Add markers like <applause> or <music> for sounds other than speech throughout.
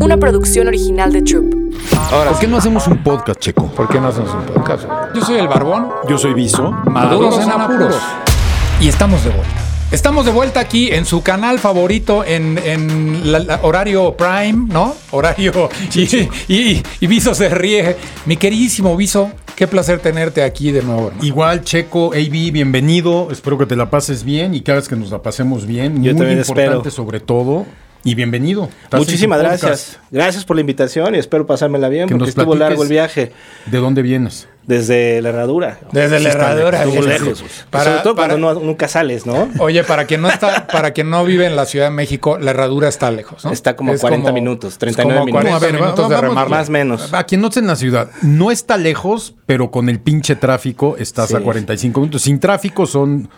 una producción original de Troop. Ahora, ¿por qué no hacemos un podcast, Checo? ¿Por qué no hacemos un podcast? Yo soy el Barbón. Yo soy Viso. Maduros en apuros. Y estamos de vuelta. Estamos de vuelta aquí en su canal favorito, en, en la- la- horario prime, ¿no? Horario. Y, y- y Viso se ríe. Mi queridísimo Viso, qué placer tenerte aquí de nuevo. hermano. Igual, Checo, AB, bienvenido. Espero que te la pases bien y que hagas que nos la pasemos bien. Yo Muy también importante espero. sobre todo. Y bienvenido. Estás Muchísimas en tu gracias. Gracias por la invitación y espero pasármela bien Que porque nos estuvo platiques. largo el viaje podcast. ¿De dónde vienes? desde la herradura. Desde la herradura. Estuvo Desde- lejos. Pues, Para- Sobre todo para- cuando no- nunca sales, ¿no? Oye, para quien no está, para quien no vive en la Ciudad de México, la herradura está lejos, ¿no? Está como 40 minutos, 39 como minutos. 40 No, a ver, va- minutos de vamos- remarla. Más o menos. A quien no esté en la ciudad, no está lejos, pero con el pinche tráfico estás Sí. a 45 minutos. Sin tráfico son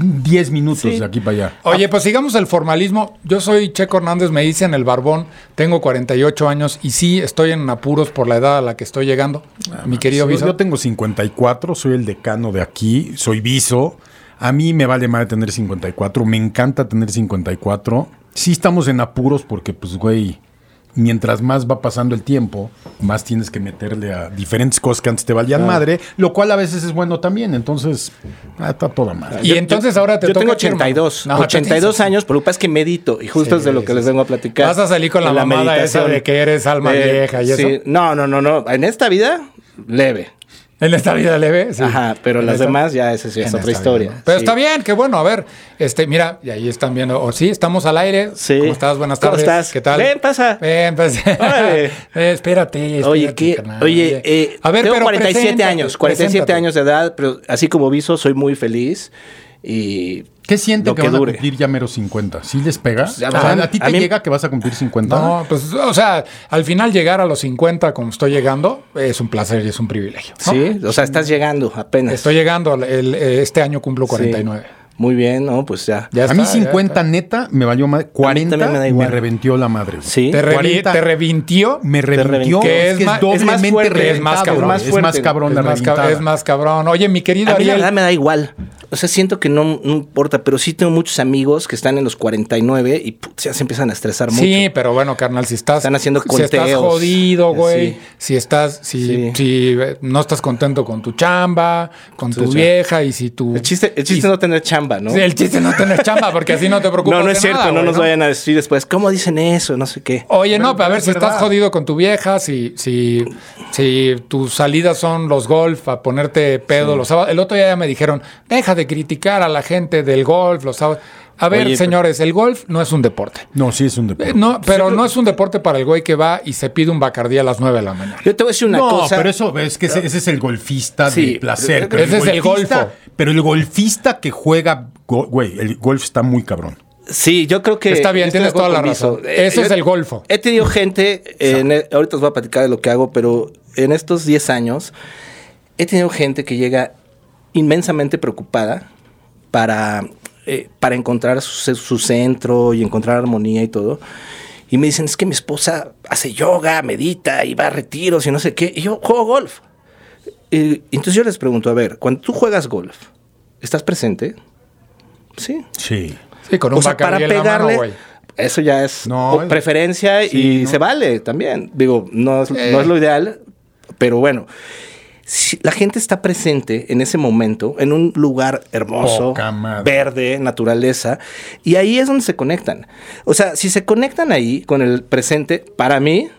10 minutos de aquí para allá. Oye, pues sigamos el formalismo. Yo soy Checo Hernández, me dicen el barbón, tengo 48 años y sí estoy en apuros por la edad a la que estoy llegando. Ah, mi querido Yo- Viso. Yo tengo 54, soy el decano de aquí, soy viso. A mí me vale madre tener 54, me encanta tener 54. Sí estamos en apuros porque, pues, güey, mientras más va pasando el tiempo, más tienes que meterle a diferentes cosas que antes te valían madre, lo cual a veces es bueno también. Entonces, ah, está toda madre. Y entonces ahora te Yo toca tengo a ti, hermano. 82, No, 82 te- años, pero lo que pasa es que medito y justo es de lo que les vengo a platicar. Vas a salir con la De mamada esa meditación. Eh, de que eres alma vieja y eso. No, no, no, no. En esta vida, leve. En esta vida leve. sí. Ajá, pero En las esta- demás ya esa sí en es otra esta historia. vida, ¿no? Pero Sí. está bien, que bueno, a ver, este, mira, y ahí están viendo, o sí, estamos al aire. Sí. ¿Cómo estás? Buenas ¿Cómo tardes. estás? ¿Qué tal? Ven, pasa. Ven, pues. <laughs> Órale. Eh, <laughs> espérate, Oye, espérate, ¿qué? carnal, Oye, eh, a ver, tengo pero 47 preséntate, años, 47 preséntate. años de edad, pero así como viso, soy muy feliz y... ¿Qué siente lo que, que van dure. Pues a cumplir ya mero 50? ¿Sí les pega? ya O sea, van. ¿A ti A te mí- llega que vas a cumplir 50? No, pues, o sea, al final llegar a los 50 como estoy llegando es un placer y es un privilegio. ¿no? Sí, o sea, estás llegando apenas. Estoy llegando, al- el- eh, este año cumplo Sí. 49. Muy bien, ¿no? Pues ya. Ya a mí está, ya 50 está. neta me valió madre. 40 también me da me, igual. reventió la madre. güey. Sí. Te, revi- 40. te revintió. Me revintió. revintió. Que es es, que ma- es es más doblemente fuerte, reventado, es más cabrón, güey. es Es más fuerte. cabrón la es, más cab- reventada. es más cabrón. Oye, mi querido A mí la Ariel. verdad me da igual. O sea, siento que no, no importa, pero sí tengo muchos amigos que están en los 49 y put, ya se empiezan a estresar mucho. Sí, pero bueno, carnal, si estás. Están haciendo Si estás conteos. jodido, güey. Sí. Si estás. Si, Sí. si eh, no estás contento con tu chamba, con tu Entonces, ya. vieja y si tu. El chiste, el chiste es no tener chamba, ¿no? Sí, el chiste es no tener chamba, porque así no te preocupas. <laughs> no, no de es cierto, nada, no güey, nos vayan a decir después, ¿cómo dicen eso? No sé qué. Oye, no, pero a ver, es si estás verdad. jodido con tu vieja, si, si, si tus salidas son los golf, a ponerte pedo los sábados. El otro día ya me dijeron, deja de criticar a la gente del golf los sábados. A ver, Oye, pero- señores, el golf no es un deporte. No, sí es un Eh, deporte. No, pero no es un deporte para el güey que va y se pide un bacardí a las 9 de la mañana. Yo te voy a decir una No, cosa. pero eso es que ese, ese es el golfista Sí, de placer. pero- ese es el golfista- golfo. Pero el golfista que juega, go- güey, el golf está muy cabrón. Sí, yo creo que. Está bien, yo estoy tienes de acuerdo toda la con Viso. razón. Eso yo es el golfo. He tenido gente, eh, en el- ahorita os voy a platicar de lo que hago, pero en estos 10 años he tenido gente que llega inmensamente preocupada para, eh, para encontrar su, su centro y encontrar armonía y todo. Y me dicen, es que mi esposa hace yoga, medita y va a retiros y no sé qué. Y yo juego golf. Y entonces yo les pregunto, a ver, cuando tú juegas golf, ¿estás presente? Sí. Sí. Sí, con un O sea, para bacardí en la mano, pegarle. güey. eso ya es No, o- preferencia y se vale también. Digo, no es, Eh. no es lo ideal, pero bueno. Si la gente está presente en ese momento, en un lugar hermoso, Poca madre. verde, naturaleza, y ahí es donde se conectan. O sea, si se conectan ahí con el presente, para mí,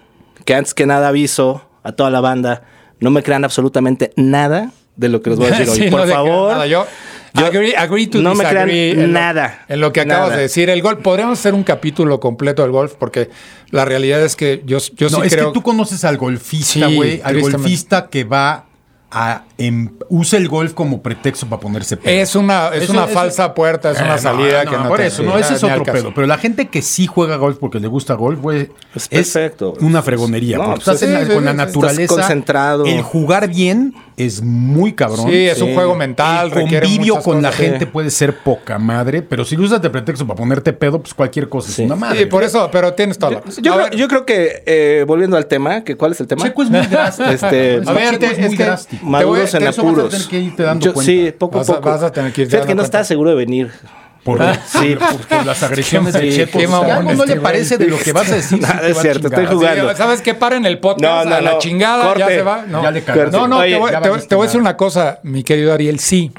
que antes que nada aviso a toda la banda, no me crean absolutamente nada de lo que les voy a <laughs> decir Sí, hoy. Por no te creas favor, nada. Yo, Yo- agree, agree to no me crean disagree en lo- nada, En lo, que nada. acabas de decir, el golf. Podríamos hacer un capítulo completo del golf porque la realidad es que yo, yo No, sí es creo. que tú conoces al golfista, Sí, güey. al tristemente. golfista que va a. em- usa el golf como pretexto para ponerse pedo. Es una, es Eso- una eso- falsa puerta, es Eh, una no, salida no, que no Por te- eso, no, sí, ese es ni al otro caso. pedo. Pero la gente que sí juega golf porque le gusta golf, güey, Es es, perfecto. una fregonería. No, porque pues estás en la- sí, sí, con la sí, estás naturaleza. concentrado. El jugar bien es muy cabrón. Sí, es un Sí. juego mental, el requiere convivio muchas con la cosas. gente puede ser poca madre, pero si lo usas de pretexto para ponerte pedo, pues cualquier cosa es Sí. una Sí, madre. por eso, pero tienes toda la razón. Pues Yo A creo, ver, yo creo que, eh, volviendo al tema, que ¿cuál es el tema? Checo es muy drástico. Este, Checo a ver, es te- muy es que- drástico. Te voy a- Maduros te- en eso vas a apuros. tener que irte dando Yo- cuenta. sí, poco a Vas a- poco. vas a tener que irte dando Fíjate que no cuenta. estaba seguro de venir. <laughs> Por, Sí, por- por las agresiones Sí, del Checo. qué está mamón cabrón, no le este parece de güey. lo que vas a decir. <laughs> Nada, sí te es va a cierto, estoy chingar. jugando. Sí, ¿Sabes qué? Paren el podcast. No, no, a la no. chingada, ya Corte. se va. No, Ya le cagaste. no, no, Oye, te, voy, ya te- valiste te voy a decir madre. una cosa, mi querido Ariel, sí.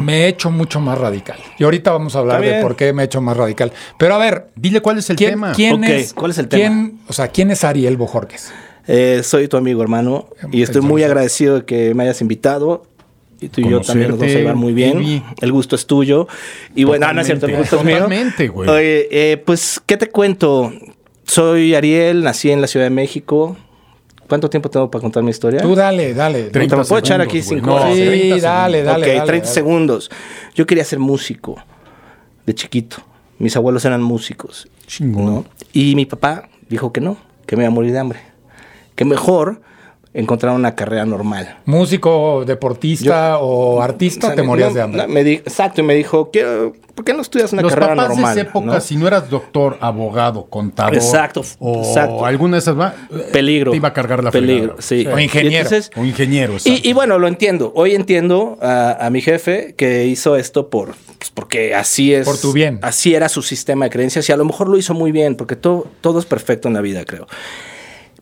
Me he hecho mucho más radical. Y ahorita vamos a hablar Está de bien. por qué me he hecho más radical. Pero a ver, Dile cuál es el ¿quién, tema. quién Ok, es, ¿cuál es el quién- o sea, ¿quién es Ariel Bojorques? Eh, soy tu amigo, hermano, y estoy muy agradecido de que me hayas invitado. Y tú y yo también nos vamos a llevar muy bien. Conocerte, Vivi. El gusto es tuyo. Y bueno, ah, no es cierto, el gusto es mío. Totalmente, güey. Oye, eh, pues, ¿qué te cuento? Soy Ariel, nací en la Ciudad de México. ¿Cuánto tiempo tengo para contar mi historia? Tú dale, dale. Tre- Puta, me puedo echar aquí güey. cinco No, horas. sí, 30 dale, segundos. dale. ok, dale, 30 dale. segundos. Yo quería ser músico de chiquito. Mis abuelos eran músicos. Chingón. ¿no? Y mi papá dijo que no, que me iba a morir de hambre. Que mejor encontrar una carrera normal. Músico, deportista o artista, O sea, te me- morías no, de hambre. no, me di- exacto, y me dijo, quiero, ¿por qué no estudias una Los carrera papás normal? de esa época, no? si no eras doctor, abogado, contador. Exacto, O exacto. alguna de esas. va- Peligro. Te iba a cargar la Peligro, fregada. sí. O ingeniero. Y entonces- O ingeniero, exacto. Y, y bueno, lo entiendo. Hoy entiendo a, a mi jefe que hizo esto por pues, porque así es. Por tu bien. Así era su sistema de creencias y a lo mejor lo hizo muy bien porque todo, todo es perfecto en la vida, creo.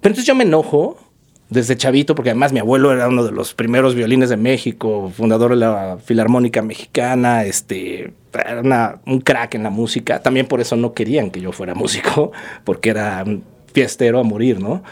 Pero entonces yo me enojo desde chavito porque además mi abuelo era uno de los primeros violines de México, fundador de la Filarmónica Mexicana, este, era una- un crack en la música. También por eso no querían que yo fuera músico <laughs> porque era un fiestero a morir, ¿no?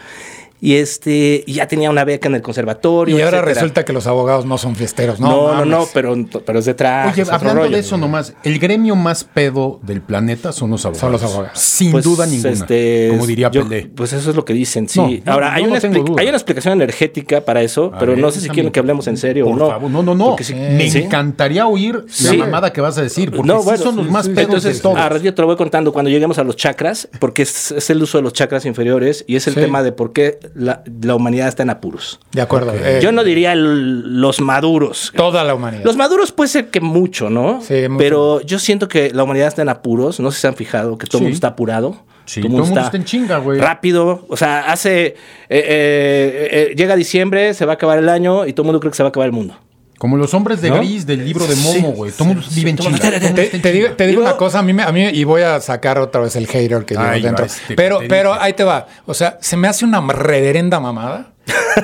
Y este, y ya tenía una beca en el conservatorio. y ahora etcétera. resulta que los abogados no son fiesteros. No, No, no, mames. no, pero, pero es de traje. Oye, Ah, es otro hablando rollo. de eso nomás, el gremio más pedo del planeta son los abogados. Son los abogados. Sin Pues, duda ninguna. este, como diría yo- Pelé. Pues eso es lo que dicen, sí. No, no, Ahora, yo hay, no una tengo expli- duda. hay una explicación energética para eso, A pero ver, no sé si esa quieren mi- que hablemos en serio Por o no. favor, no, no, no. Porque si- Me ¿sí? encantaría oír Sí. la mamada que vas a decir, porque No, sí bueno, son los sí, más sí. pedos de Entonces, todos. a ratito te lo voy contando cuando lleguemos a los chakras, porque es, es el uso de los chakras inferiores y es el Sí. tema de por qué la, la humanidad está en apuros. De acuerdo. eh, Yo no diría el- los maduros. Toda la humanidad. Los maduros puede ser que mucho, ¿no? Sí, mucho. Pero yo siento que la humanidad está en apuros. No sé si se han fijado que todo el Sí. mundo está apurado. Sí, todo el mundo está en chinga, güey. Rápido. O sea, hace. eh, eh, eh, llega diciembre, se va a acabar el año y todo el mundo cree que se va a acabar el mundo. Como los hombres de ¿No? gris del libro de Sí, Momo, güey. Todo el mundo vive en chinga. todo el mundo Te, está en te digo, chinga. te digo Y luego- una cosa, a mí, me- a mí, y voy a sacar otra vez el hater que llevo Ay, dentro. va, este, pero, te pero dije. ahí te va. O sea, se me hace una reverenda mamada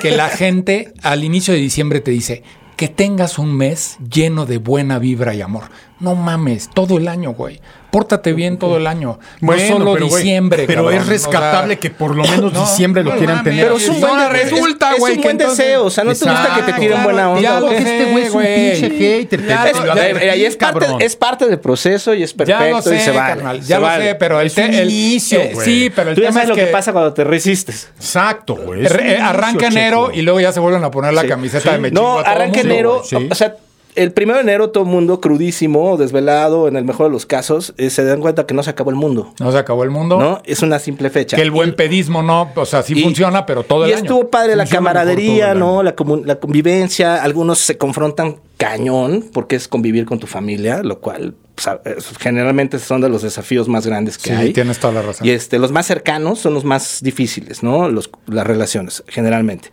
que la gente al inicio de diciembre te dice que tengas un mes lleno de buena vibra y amor. No mames, todo el año, güey. Pórtate bien todo el año. no solo pero, güey, diciembre. Pero cabrón. es rescatable O sea, que por lo menos no, diciembre lo no quieran mames. tener. Pero es un buen- Ahora es- resulta, es un güey, que buen entonces- deseo, o sea, no te gusta que te tiren Exacto. buena onda. Ya Claro, lo ¿ok? que este güey es un güey. pinche hater. Ya te- lo- te Ah, ya- lo Ya, ya, advertí, y es parte, cabrón. es parte del proceso y es perfecto Ya lo sé, y se vale. carnal, se ya lo vale. sé, pero el, Es un te- el- inicio, eh, güey. sí, pero el Tú ya tema sabes es lo que que pasa cuando te resistes. Exacto, güey. es un Re- eh, arranca inicio, enero Checo. y luego ya se vuelven a poner la Sí. camiseta de Sí. me chingo No, a todo arranca mundo, enero. güey, sí. O sea, el primero de enero todo el mundo crudísimo, desvelado, en el mejor de los casos, eh, se dan cuenta que no se acabó el mundo. No se acabó el mundo. ¿No? Es una simple fecha. Que el buen pedismo no, o sea, sí Y- funciona, pero todo y el año. estuvo padre la Funciona mejor todo camaradería, el ¿no? año. La, comun- la convivencia. Algunos se confrontan cañón porque es convivir con tu familia, lo cual pues, a- eh, generalmente son de los desafíos más grandes que Sí, hay. tienes toda la razón. Y este, los más cercanos son los más difíciles, ¿no? Los- las relaciones, generalmente.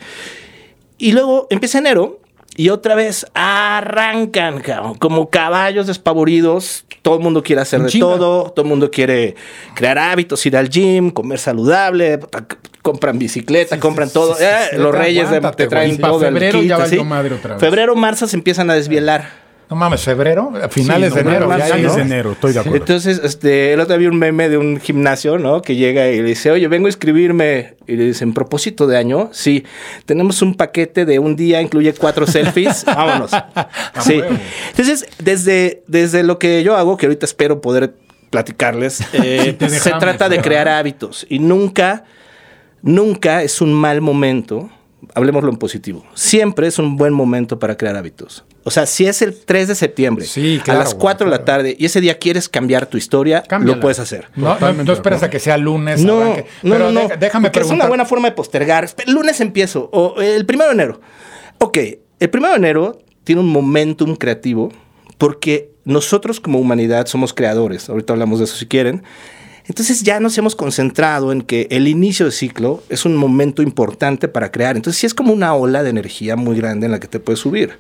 Y luego empieza enero y otra vez arrancan, cabrón, como caballos despavoridos. Todo el mundo quiere hacer En de chinga. todo, todo el mundo quiere crear hábitos, ir al gym, comer saludable, puta, c- compran bicicleta, compran todo. sí, sí, Eh, sí, los te reyes de- aguántate, te traen güey. Y pa' todo. el febrero ya kit, valió así. madre otra vez. Febrero, marzo se empiezan a desvielar. No mames, febrero, a finales Sí, de no, enero. mames, ya, finales ¿no? de enero, estoy de acuerdo. Entonces, este, el otro día vi un meme de un gimnasio, ¿no? Que llega y le dice, oye, vengo a inscribirme. Y le dicen, propósito de año. Sí, tenemos un paquete de un día, incluye <laughs> cuatro selfies. Vámonos. sí. Entonces, desde, desde lo que yo hago, que ahorita espero poder <laughs> platicarles, eh, te se dejamos, trata de ¿verdad? crear hábitos. Y nunca, nunca es un mal momento. Hablemoslo en positivo. Siempre es un buen momento para crear hábitos. O sea, si es el 3 de septiembre, Sí, a claro, las güey, 4 de la claro. tarde y ese día quieres cambiar tu historia, Cámbiala. lo puedes hacer. No, no, Totalmente no esperes de acuerdo. a que sea lunes. No, arranque. no, pero no, deja- déjame porque preguntar. Es una buena forma de postergar. Espe- Lunes empiezo o el primero de enero. Ok, el primero de enero tiene un momentum creativo porque nosotros como humanidad somos creadores. Ahorita hablamos de eso si quieren. Entonces ya nos hemos concentrado en que el inicio de ciclo es un momento importante para crear. Entonces sí es como una ola de energía muy grande en la que te puedes subir.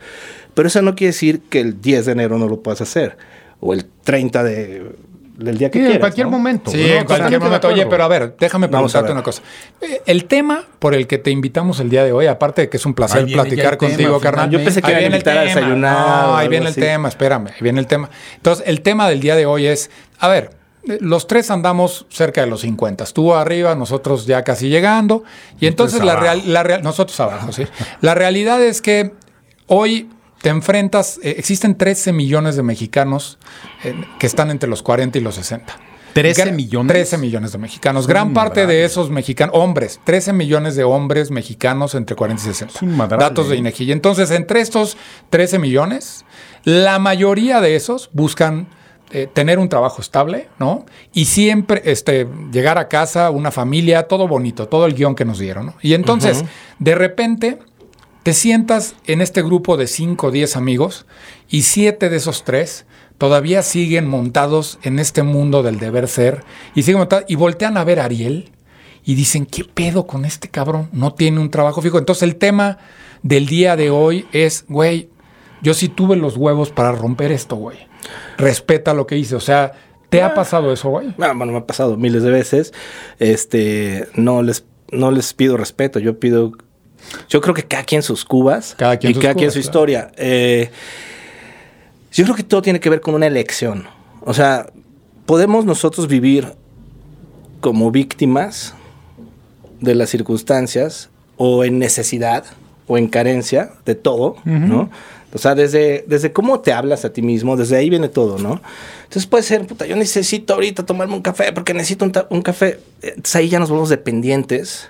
Pero eso no quiere decir que el 10 de enero no lo puedas hacer. O el 30 de, del día que Sí, en quieras. cualquier ¿no? momento. Sí, ¿no? en cualquier Totalmente de momento. Oye, acuerdo. pero a ver, déjame Vamos a preguntarte ver. una cosa. Eh, El tema por el que te invitamos el día de hoy, aparte de que es un placer Ahí viene ya platicar el tema, contigo, Fernando. carnal. Yo pensé que ahí iban a viene el invitar a tema. desayunar No, o ahí algo viene el así. tema, espérame, ahí viene el tema. Entonces, el tema del día de hoy es, a ver, eh, los tres andamos cerca de los 50. Tú arriba, nosotros ya casi llegando. Y entonces la, abajo. real, la real- nosotros abajo, sí. La realidad es que hoy te enfrentas, eh, existen 13 millones de mexicanos eh, que están entre los 40 y los 60. 13 Gra- millones. 13 millones de mexicanos. Gran un parte madral. de esos mexicanos, hombres, 13 millones de hombres mexicanos entre 40 y 60. Es un madral, Datos de eh. INEGI. Y entonces, entre estos 13 millones, la mayoría de esos buscan eh, tener un trabajo estable, ¿no? Y siempre este, llegar a casa, una familia, todo bonito, todo el guión que nos dieron, ¿no? Y entonces, de repente, te sientas en este grupo de 5 o 10 amigos y siete de esos tres todavía siguen montados en este mundo del deber ser y siguen montados y voltean a ver a Ariel y dicen, ¿qué pedo con este cabrón? No tiene un trabajo fijo. Entonces el tema del día de hoy es, güey, yo sí tuve los huevos para romper esto, güey. Respeta lo que hice. O sea, ¿te ha pasado eso, güey? Ah, bueno, me ha pasado miles de veces. Este, no les, no les pido respeto, yo pido. Yo creo que cada quien sus cubas Cada quien y sus cada quien cubas, su claro. historia. Eh, yo creo que todo tiene que ver con una elección. O sea, podemos nosotros vivir como víctimas de las circunstancias o en necesidad o en carencia de todo, ¿no? O sea, desde, desde cómo te hablas a ti mismo, desde ahí viene todo, ¿no? Entonces puede ser, puta, yo necesito ahorita tomarme un café porque necesito un, ta- un café. Eh, Entonces ahí ya nos volvemos dependientes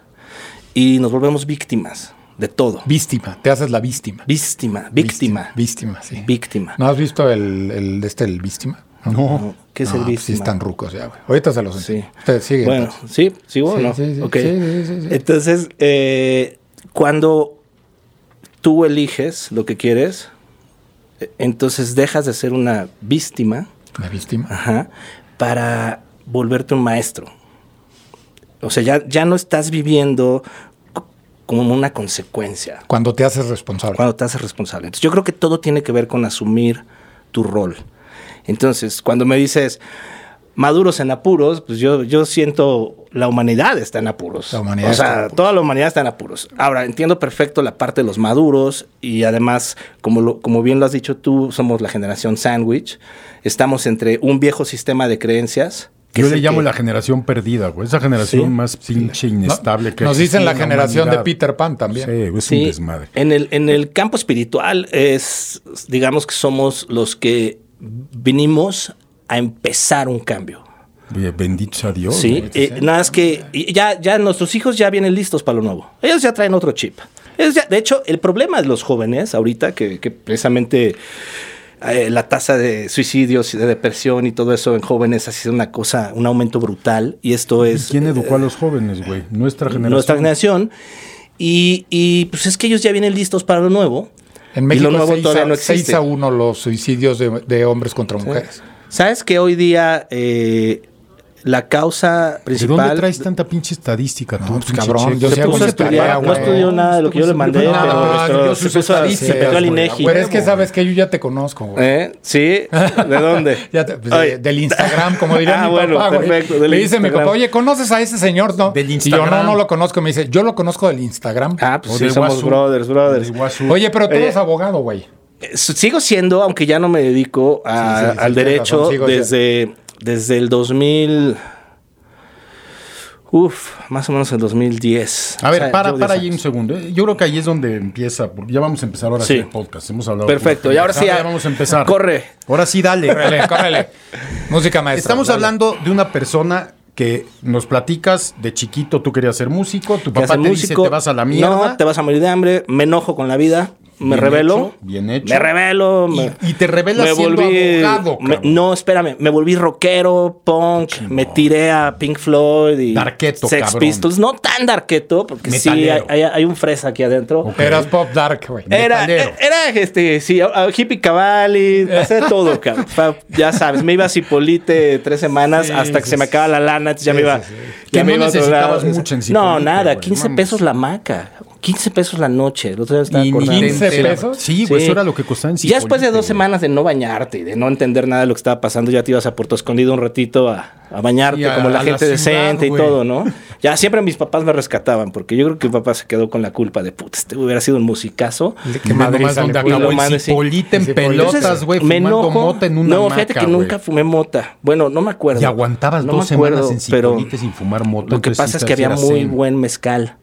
y nos volvemos víctimas de todo. Víctima, te haces la víctima. Víctima, víctima, Víctima, sí. víctima. ¿No has visto el, el este, el víctima? No. ¿Qué es el pues Sí, víctima? están rucos ya, güey. Ahorita se los Sí. enseño. Ustedes siguen. Bueno, entonces. sí, sigo o Sí, no. sí, sí, Ok. sí, sí, sí, sí. Entonces, eh, cuando tú eliges lo que quieres, eh, entonces dejas de ser una víctima La víctima. ajá, para volverte un maestro. O sea, ya, ya no estás viviendo co- como una consecuencia Cuando te haces responsable. cuando te haces responsable. Entonces, yo creo que todo tiene que ver con asumir tu rol. Entonces, cuando me dices maduros en apuros, pues yo, yo siento la humanidad está en apuros. La humanidad o está en sea, apuros. toda la humanidad está en apuros. Ahora, entiendo perfecto la parte de los maduros y además, como, lo- como bien lo has dicho tú, somos la generación sándwich. Estamos entre un viejo sistema de creencias. que Yo es le el llamo que- la generación perdida, güey. Esa generación Sí. más pinche No- inestable que Nos ha existido dicen la en generación de humanidad. Peter Pan también. Sí, güey, es Sí, un desmadre. En el, en el campo espiritual es, digamos que somos los que vinimos a empezar un cambio. Oye, bendito sea Dios. Sí, güey. Eh, nada más que y ya, ya nuestros hijos ya vienen listos para lo nuevo. Ellos ya traen otro chip. Ellos ya- de hecho, el problema de los jóvenes ahorita, que, que precisamente eh, la tasa de suicidios y de depresión y todo eso en jóvenes ha sido una cosa, un aumento brutal. Y esto ¿Y es eh, quién educó a los jóvenes, güey? Nuestra generación. nuestra generación. Y, y, pues es que ellos ya vienen listos para lo nuevo. En México y lo nuevo seis todavía a, no seis existe. a 1 los suicidios de, de hombres contra mujeres. ¿Sabes que hoy día eh, la causa ¿De principal... dónde traes tanta pinche estadística tú, No, pues, pinche cabrón, checo? yo Se sí se hago puso puso a a estudiar, güey. no estudió nada de lo que yo le Pues mandé, No, pero no, pero yo se soy puso a- se estadística, metió al güey. INEGI. Pero Pues, es que sabes que yo ya te conozco, güey. ¿Eh? Sí, ¿de dónde? <laughs> Ya te- pues, Oye. de- del Instagram, como diría <laughs> Ah, mi bueno, papá, güey. perfecto, del Le dice mi Instagram. papá, oye, ¿conoces a ese señor? No. Del y yo no, Instagram. no lo conozco. Me dice, yo lo conozco del Instagram. Ah, pues O sí, del somos Guasú. brothers, brothers. Del Guasú. Oye, pero tú Oye. eres abogado, güey. Eh, Sigo siendo, aunque ya no me dedico a- Sí, sí, sí, al tienes derecho razón, sigo desde, desde el 2000... Uf, más o menos el 2010. A O ver, sea, para, llevo diez para ahí años. un segundo. eh. Yo creo que ahí es donde empieza, porque ya vamos a empezar ahora sí Sí. el podcast. Hemos hablado. Perfecto, y ahora sí, Ya ah, vamos a empezar. corre. Ahora sí, dale. Córrele, córrele. Música maestra. Estamos dale. hablando de una persona que nos platicas de chiquito, tú querías ser músico, tu Que papá te hace dice te vas a la mierda. No, te vas a morir de hambre, me enojo con la vida, me Bien revelo. hecho, bien hecho. Me revelo. Y- me- y te rebelas me siendo abogado, me- cabrón. no, espérame, me volví rockero, punk, me tiré a Pink Floyd y Darketo, Sex cabrón. Pistols. No tan darketo, porque Metalero. sí, hay, hay- hay un fresa aquí adentro. Eras pop dark, güey. Era, metalero. era este, sí, a- a hippie <laughs> cabal y hacer todo, cabrón. Fa- Ya sabes, me iba a Cipolite tres semanas hasta que se me acaba la lana, entonces ya me iba. Que ya me no iba a otro necesitabas lado. mucho en No, Cipolite, nada, güey, 15 mames. pesos la maca. 15 pesos la noche. El otro día estaba Y ni acordando. 15 te enterabas. pesos? Sí, güey, Sí. eso era lo que costaba en Ya después de Cipolite, dos güey. semanas de no bañarte, y de no entender nada de lo que estaba pasando, ya te ibas a Puerto Escondido un ratito a, a bañarte, Y a- como la a la gente ciudad, decente güey. y todo, ¿no? Ya siempre mis papás me rescataban, porque yo creo que mi papá se quedó con la culpa de, puta, este hubiera sido un musicazo. Qué Ve madre nomás sale, donde güey. acabó Lo en mames, sí. Cipolite en En Cipolite. pelotas, güey, me fumando enojo. mota en una No, hamaca, fíjate que güey. nunca fumé mota. Bueno, no me acuerdo. Y aguantabas No dos me acuerdo, semanas en Cipolite sin fumar mota. Lo que entonces pasa es sí que había era muy zen. buen mezcal.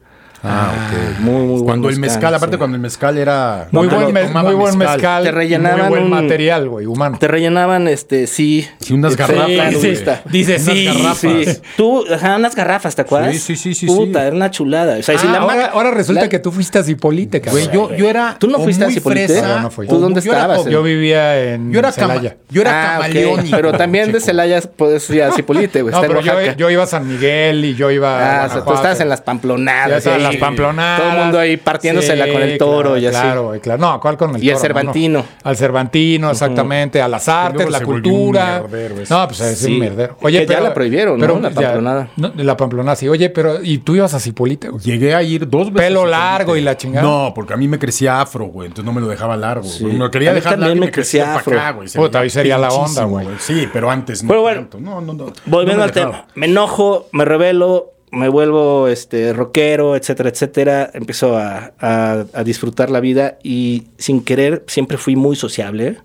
Ah, ok. Muy, muy buen Cuando el mezcal, aparte sí. cuando el mezcal era... Muy, Cuando buen, lo mez- tomaba muy buen mezcal. Te y Muy rellenaban buen un- material, güey, humano. Te rellenaban, este, sí. Sí, unas Sí, garrafas, claro, güey. está. Dice Unas sí, garrafas. sí. Garrafas. Tú, ajá, unas garrafas, ¿te acuerdas? Sí, sí, sí, sí, Puta, sí. era una chulada. O sea, si Ah, la ahora, maca- ahora resulta la- que tú fuiste a Cipolite, cabrón. Güey, yo, yo era ¿Tú no o fuiste a muy Cipolite? fresa, No, no fui. o ¿Tú dónde yo era- estabas, o- eh? Yo vivía en Yo era, cama- Celaya. yo era Ah, ok. camaleónico, Pero también de Checo. Celaya puedes ir a Cipolite, güey. No, está en pero yo, Oaxaca. yo iba a San Miguel y yo iba a Ah, o sea, tú Guanajuato. estabas en las Ya pamplonadas. estaba en las ahí. pamplonadas. Todo el mundo ahí partiéndosela Sí, con el toro claro, y así. Claro, güey, claro. No, ¿cuál con el Y toro? el No, no. Cervantino. Al Cervantino, exactamente. A las artes, luego la se volvió un cultura. mierdero eso. no, pues es Sí. un mierdero. Que ya la prohibieron, ¿no? La ya- pamplonada. no, la pamplonada, sí. Oye, pero. ¿Y tú ibas a Cipolite, güey? Llegué a ir dos veces. Pelo a Cipolite. largo y la chingada. No, porque a mí me crecía afro, güey. Entonces no me lo dejaba largo. Sí. Me lo A quería mí dejar también largo y me me crecía crecía para afro. acá, güey. Se Puta, veía ahí sería la pinchísimo, onda, güey. Sí, pero antes no. Pero bueno, tanto. No, no, no. Volviendo No me al dejaba. tema, me enojo, me revelo, me vuelvo este rockero, etcétera, etcétera. Empiezo a, a- a disfrutar la vida y sin querer siempre fui muy sociable.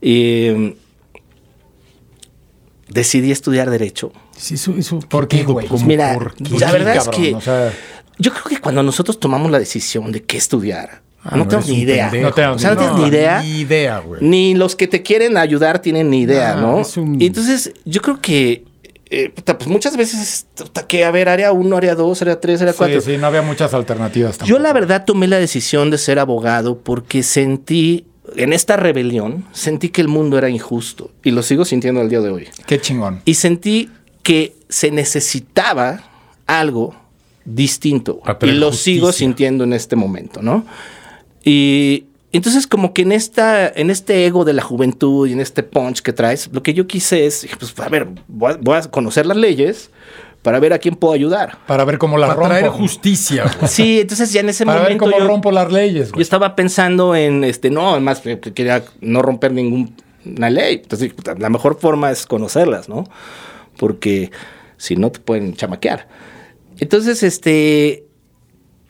Y, mm, decidí estudiar derecho. Sí, eso, eso. ¿Por qué, güey? Como Mira, por qué. la verdad es cabrón, que o sea- yo creo que cuando nosotros tomamos la decisión de qué estudiar, Ah, no, tengo eres ni un idea. pendejo. No tengo O sea, no tienes ni idea. Ni idea, güey. Ni los que te quieren ayudar tienen ni idea, Ah, ¿no? es un- Y entonces, yo creo que eh, puta, pues muchas veces puta, que, a ver, área 1, área 2, área 3, área 4. Sí, sí, no había muchas alternativas tampoco. Yo la verdad tomé la decisión de ser abogado porque sentí, en esta rebelión, sentí que el mundo era injusto y lo sigo sintiendo al día de hoy. Qué chingón. Y sentí que se necesitaba algo distinto Para y traer lo justicia. sigo sintiendo en este momento, ¿no? Y entonces como que en esta en este ego de la juventud y en este punch que traes, lo que yo quise es, dije, pues a ver, voy a, voy a conocer las leyes para ver a quién <laughs> puedo ayudar. Para ver cómo las Para rompo. traer justicia, güey. Sí, entonces ya en ese Para ver momento cómo yo- rompo las leyes, yo Pues. güey. estaba pensando en este, no, además que- que quería no romper ninguna ley. Entonces, puta, la mejor forma es conocerlas, ¿no? Porque si no te pueden chamaquear. Entonces, este,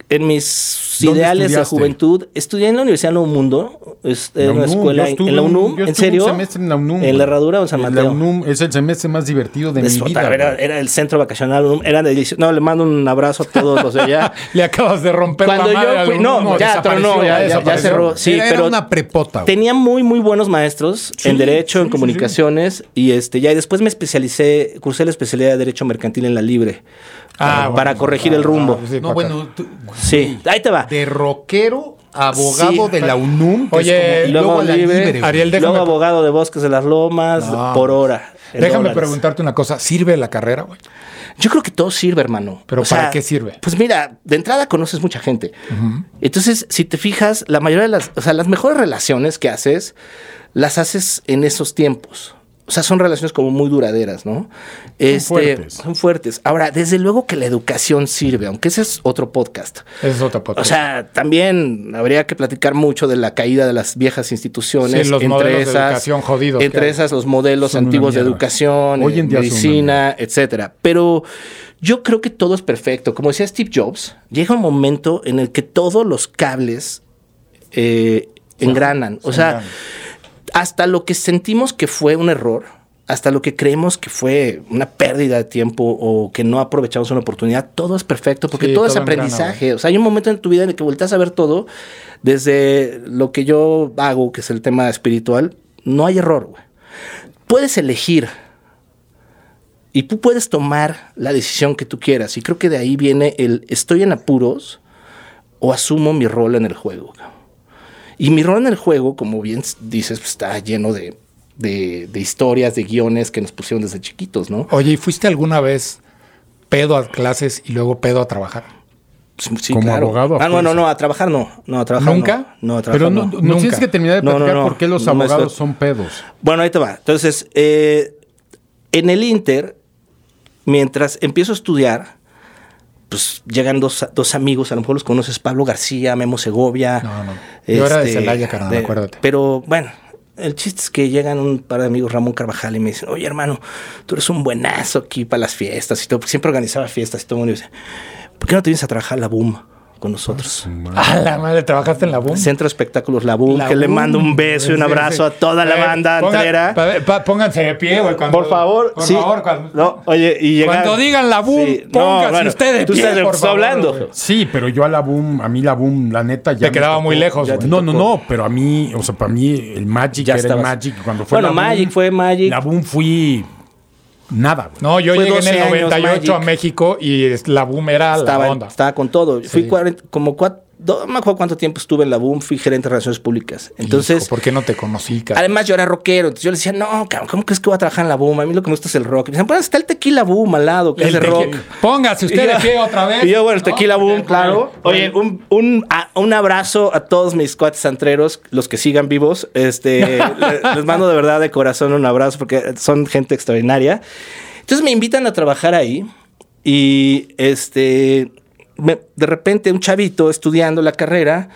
en mis ¿Dónde ideales de estudiaste? juventud, estudié en la Universidad de Nuevo Mundo, es- en La una UNUM, escuela yo estuve en la un- UNUM, yo ¿en estuve serio? Un semestre en la UNUM. ¿En la güey. Herradura o en San En Mateo? La UNUM es el semestre más divertido de, De mi su- vida. era, güey. era el centro vacacional, UNUM, era delicioso. No, le mando un abrazo a todos los de allá. <laughs> Le acabas de romper Cuando la madre yo al fui- no, uno, ya desapareció, tronó, ya- ya- ya desapareció. cerró. Sí, Era- era pero- una Ah, prepota, güey. Tenía muy, muy buenos maestros en Derecho, en Comunicaciones, y este, ya y después me especialicé, cursé la especialidad de Derecho Mercantil en la Libre para, Ah, bueno, ah, para corregir el rumbo. sí, pues. No, para- bueno, tú- Sí, ahí te va. de rockero, a abogado Sí. de la UNUM. que es Oye, como- y luego luego a la libre, libre. güey. Ariel, Luego déjame- abogado de Bosques de las Lomas por hora. en Déjame dólares. preguntarte una cosa. ¿Sirve la carrera, güey? Yo creo que todo sirve, hermano. Pero ¿para qué sirve? Pues mira, de entrada conoces mucha gente. Entonces, si te fijas, la mayoría de las, o sea, las mejores relaciones que haces, las haces en esos tiempos. O sea, son relaciones como muy duraderas, ¿no? Este, fuertes. Son fuertes. Ahora, desde luego que la educación sirve, aunque ese es otro podcast. Esa es otra O podcast. sea, también habría que platicar mucho de la caída de las viejas instituciones. Sí, los modelos de educación jodidos que Entre hay. esas, los modelos Son una antiguos de mierda. educación, Hoy en eh, día son una medicina, etcétera. Pero yo creo que todo es perfecto. Como decía Steve Jobs, llega un momento en el que todos los cables eh, engranan. O sea, hasta lo que sentimos que fue un error, hasta lo que creemos que fue una pérdida de tiempo o que no aprovechamos una oportunidad, todo es perfecto porque Sí, todo, es todo engrana, aprendizaje. o sea, hay un momento en tu vida en el que volteas a ver todo desde lo que yo hago, que es el tema espiritual, no hay error, güey. Puedes elegir y tú puedes tomar la decisión que tú quieras. Y creo que de ahí viene el estoy en apuros o asumo mi rol en el juego. cabrón. Y mi rol en el juego, como bien s- dices, pues, está lleno de, de- de historias, de guiones que nos pusieron desde chiquitos, ¿no? Oye, ¿y fuiste alguna vez pedo a clases y luego pedo a trabajar? Pues, sí, Como abogado, a Ah, no, no, fuerza. no, a trabajar no. No, a trabajar ¿Nunca? Ah, No, No, a trabajar Pero no, no no. Nunca. tienes que terminar de No, no, platicar no. por qué los No me abogados estoy- son pedos. Bueno, ahí te va. Entonces, eh, en el Inter, mientras empiezo a estudiar, pues llegan dos, dos amigos, a lo mejor los conoces, Pablo García, Memo Segovia. este, No, no. Yo era de Celaya, carnal, acuérdate. Pero bueno, el chiste es que llegan un par de amigos, Ramón Carvajal, y me dicen, oye hermano, tú eres un buenazo aquí para las fiestas y todo, porque siempre organizaba fiestas y todo el mundo dice, ¿por qué no te vienes a trabajar a la boom con nosotros? A la madre, trabajaste en la boom. Centro de Espectáculos La Boom, Ah, La que le Boom. mando un beso y un abrazo a toda la Eh, banda ponga- entera. pa- pa- pónganse de pie, güey. cuando- Por favor, Por sí. favor, cuando, No, oye, y llegar- cuando digan la boom, Sí, no, pónganse bueno, ustedes de tú pie, sabes de lo por que estoy favor, hablando. güey. Sí, pero yo a la boom, a mí la boom, la neta ya. Te quedaba muy lejos, ya güey. No, no, no, pero a mí, o sea, para mí el Magic Ya era estabas. el Magic. Cuando fue Bueno, la Boom, Magic fue Magic. La boom fui nada, güey. No, yo Fue llegué en 12 el años, 98 Magic. a México y es- la boom era estaba, la onda. estaba con todo. Fui cuarenta- como cuatro, no me acuerdo cuánto tiempo estuve en la BUM, fui gerente de relaciones públicas. Entonces, Hijo, ¿por qué no te conocí, cara? además yo era rockero, entonces yo le decía, no, cabrón, ¿cómo crees que voy a trabajar en la BUM? A mí lo que me gusta es el rock. Y me dicen, pues está el tequila BUM al lado, que es de El rock. tequi- Póngase Y usted de yo- pie otra vez. Y yo, bueno, ¿no? el tequila boom, Porque- claro. Oye, un, un, a- un abrazo a todos mis cuates antreros, los que sigan vivos. <laughs> Este, le- les mando de verdad de corazón un abrazo porque son gente extraordinaria. Entonces me invitan a trabajar ahí y este, me- de repente un chavito estudiando la carrera.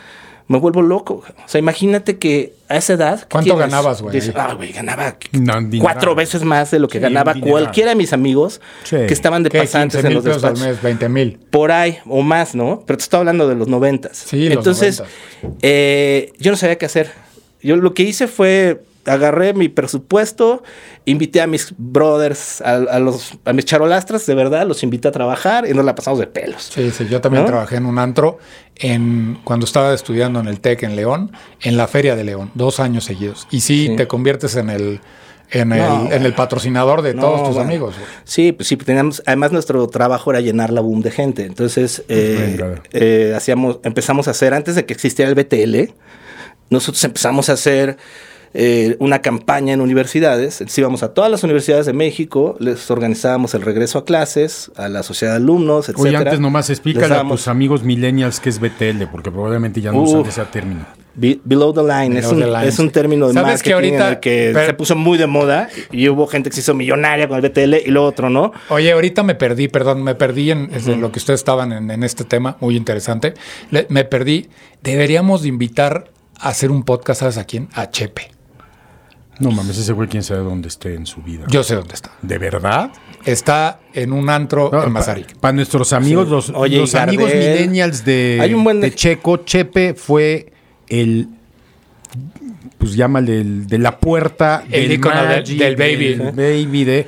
Me vuelvo loco. O sea, imagínate que a esa edad. ¿qué ¿Cuánto ganabas, güey? Dices, Ah, güey, ganaba No, un dineral. cuatro veces más de lo que Sí, un ganaba dineral. cualquiera de mis amigos Sí. que estaban de ¿qué? pasantes 15 en mil los pesos al despachos mes, 20 mil. por ahí o más, ¿no? Pero te estoy hablando de los noventas. Sí, los Entonces, eh, yo no sabía qué hacer. Yo lo que hice fue agarré mi presupuesto, invité a mis brothers, a, a los, a mis charolastras, de verdad, los invité a trabajar y nos la pasamos de pelos. Sí, sí, yo también ¿No? trabajé en un antro en, cuando estaba estudiando en el TEC en León, en la Feria de León, dos años seguidos. Y sí, Sí. te conviertes en el, en el, No, en el patrocinador de No, todos tus bueno. amigos. güey. Sí, pues sí, teníamos, además nuestro trabajo era llenar la boom de gente. Entonces, eh, Venga. eh, hacíamos, empezamos a hacer, antes de que existiera el BTL, nosotros empezamos a hacer eh, una campaña en universidades. Entonces íbamos a todas las universidades de México, les organizábamos el regreso a clases, a la sociedad de alumnos, etc. Oye, antes nomás explícale a tus dábamos amigos millennials qué es BTL, porque probablemente ya no Uf. usan ese término. be- Below the line, Below es, un, the line. es un término de ¿Sabes que marketing en ahorita- el que pero- se puso muy de moda y hubo gente que se hizo millonaria con el BTL y lo otro, ¿no? Oye, ahorita me perdí, perdón, me perdí en, en lo que ustedes estaban en, en este tema, muy interesante. Le- me perdí. Deberíamos de invitar a hacer un podcast, ¿sabes a quién? A Chepe. No mames, ese güey quién sabe dónde esté en su vida. Yo sé dónde está. ¿De verdad? Está en un antro en Mazarik. Para nuestros amigos, los, Oye, los y Gardel. amigos millennials de, Hay un buen- de Checo, Chepe fue el, pues llámale, el, de la puerta El ícono del- del baby. del baby de...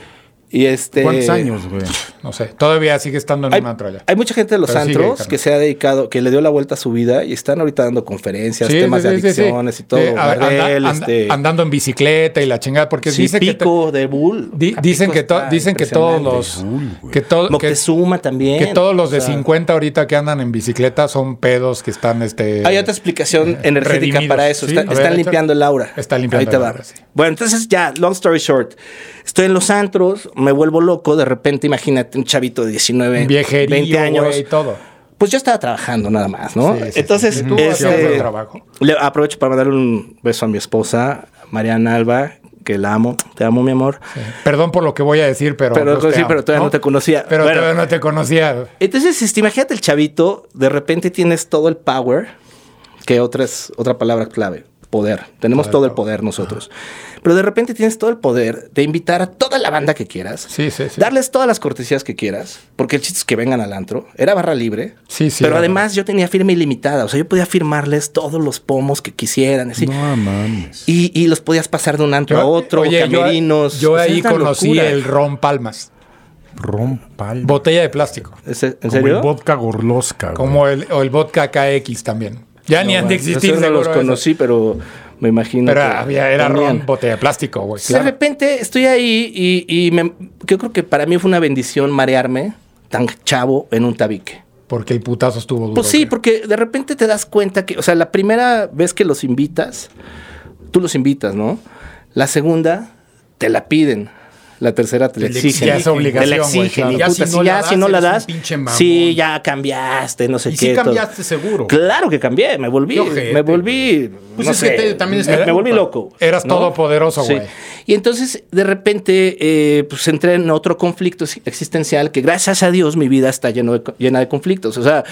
Y este... ¿Cuántos años, güey? No sé, todavía sigue estando en Hay, un antro allá. hay mucha gente de los Pero sigue, antros carnal. que se ha dedicado, que le dio la vuelta a su vida y están ahorita dando conferencias, Sí, temas sí, de sí, sí, sí. adicciones y todo. De- a- anda- Gardel, anda- este, Andando en bicicleta y la chingada, porque sí, dice que te- Pico de Bull. di- Pico dicen que to- está dicen que todos los Uy, güey. que, to- que- Moctezuma también. que todos los de O sea, 50 ahorita que andan en bicicleta son pedos que están este Hay otra explicación energética redimidos, para eso. sí. Está- A ver, están echa- limpiando el aura. Está limpiando Ahí te el va. aura, sí. Bueno, entonces ya, long story short. Estoy en los antros, me vuelvo loco. De repente, imagínate un chavito de 19, viejerío, 20 años. güey, todo. Pues yo estaba trabajando nada más, ¿no? Sí, sí, sí. Entonces, ¿Tú este, hacías el trabajo? le aprovecho para mandar un beso a mi esposa, Mariana Alba, que la amo. Te amo, mi amor. Perdón por lo que voy a decir, pero Pero, los te sí, amo, pero todavía no te conocía. Pero Bueno. todavía no te conocía. Entonces, este, imagínate el chavito, de repente tienes todo el power, que otra es otra palabra clave, poder. Tenemos todo el poder nosotros. Pero de repente tienes todo el poder de invitar a toda la banda que quieras. Sí, sí, sí. Darles todas las cortesías que quieras, porque el chiste es que vengan al antro. Era barra libre. Sí, sí, Pero era además yo tenía firma ilimitada. O sea, yo podía firmarles todos los pomos que quisieran. Así. No mames. Y, y los podías pasar de un antro a otro, oye, yo- camerinos. Yo, O sea, ahí es una conocí locura. el ron palmas, Rompal. botella de plástico, ¿Es- ¿En Como el serio? vodka gorlosca. como el, o el vodka KX también. Ya ni han de existir, Esos no seguro, los ¿eh? esos. conocí, pero me imagino. Pero que había, era también. ron botella de plástico, güey. Entonces, De claro. repente estoy ahí y, y me- yo creo que para mí fue una bendición marearme tan chavo en un tabique. Porque el putazo estuvo duro. Pues sí, güey. porque de repente te das cuenta que, o sea, la primera vez que los invitas, tú los invitas, ¿no? La segunda, te la piden. La tercera te la Te la exigen. exigen, Ya es obligación, Te la güey, exigen. claro. y Ya puta, si si no la ya das, si no la eres un das, pinche mamón. sí, ya cambiaste, no sé Y qué. sí todo. cambiaste seguro. Claro que cambié, me volví. Qué ojete, Me volví. Pues no es que sé, te- también es me, la me volví culpa. loco. Eras todopoderoso, güey. Y entonces, de repente, eh, pues entré en otro conflicto ex- existencial que, gracias a Dios, mi vida está lleno de co- llena de conflictos. O sea,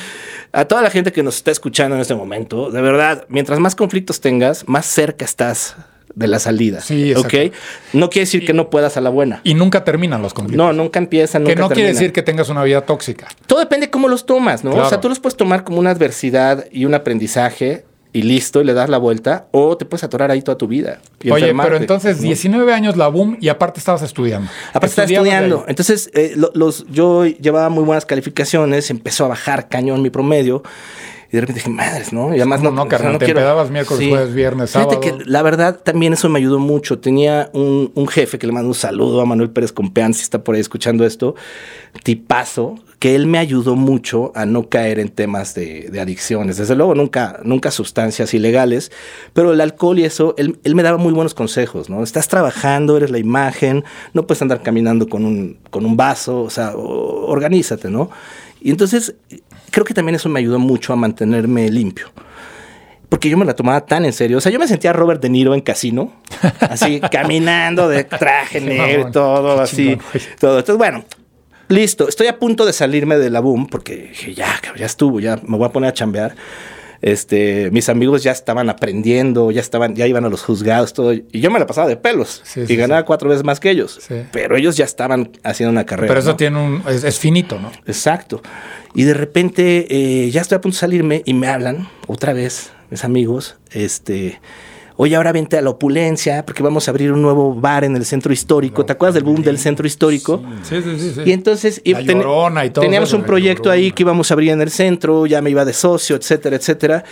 a toda la gente que nos está escuchando en este momento, de verdad, mientras más conflictos tengas, más cerca estás de la salida. Sí, ¿ok? exacto. No quiere decir que no puedas a la buena. Y nunca terminan los conflictos. No, nunca empieza, nunca que no quiere termina. decir que tengas una vida tóxica. Todo depende cómo los tomas, ¿no? Claro. O sea, tú los puedes tomar como una adversidad y un aprendizaje y listo, y le das la vuelta, o te puedes atorar ahí toda tu vida. y Oye, enfermarte, pero entonces ¿no? 19 años la boom y aparte estabas estudiando. Aparte estaba Estudiabas estudiando. ahí. Entonces, eh, lo- los, yo llevaba muy buenas calificaciones, empezó a bajar cañón mi promedio. Y de repente dije, madres, ¿no? Y además no, no, carnal, te quiero- empedabas miércoles, jueves, viernes, Fíjate sábado. que la verdad también eso me ayudó mucho. Tenía un, un jefe que le mando un saludo a Manuel Pérez Compeán, si está por ahí escuchando esto, tipazo, que él me ayudó mucho a no caer en temas de, de adicciones. Desde luego, nunca, nunca sustancias ilegales, pero el alcohol y eso, él, él me daba muy buenos consejos, ¿no? Estás trabajando, eres la imagen, no puedes andar caminando con un, con un vaso, o sea, o- organízate, ¿no? Y entonces creo que también eso me ayudó mucho a mantenerme limpio porque yo me la tomaba tan en serio. O sea, yo me sentía Robert De Niro en casino, <laughs> así caminando de traje negro mamón, y todo, qué así, chingón, güey. todo. Entonces, bueno, listo. Estoy a punto de salirme de la boom porque dije, ya, cabrón, ya estuvo, ya me voy a poner a chambear. Este, mis amigos ya estaban aprendiendo, ya estaban, ya iban a los juzgados, todo. Y yo me la pasaba de pelos Sí, y sí, ganaba cuatro veces más que ellos. Sí. Pero ellos ya estaban haciendo una carrera. Pero eso ¿no? tiene un. Es, es finito, ¿no? Exacto. Y de repente eh, ya estoy a punto de salirme y me hablan otra vez mis amigos, este, oye, ahora vente a la opulencia porque vamos a abrir un nuevo bar en el centro histórico. ¿Te acuerdas del boom del centro histórico? Sí, sí, sí. Y entonces y La Llorona y todo teníamos eso, un la proyecto ahí que íbamos a abrir en el centro, ya me iba de socio, etcétera, etcétera.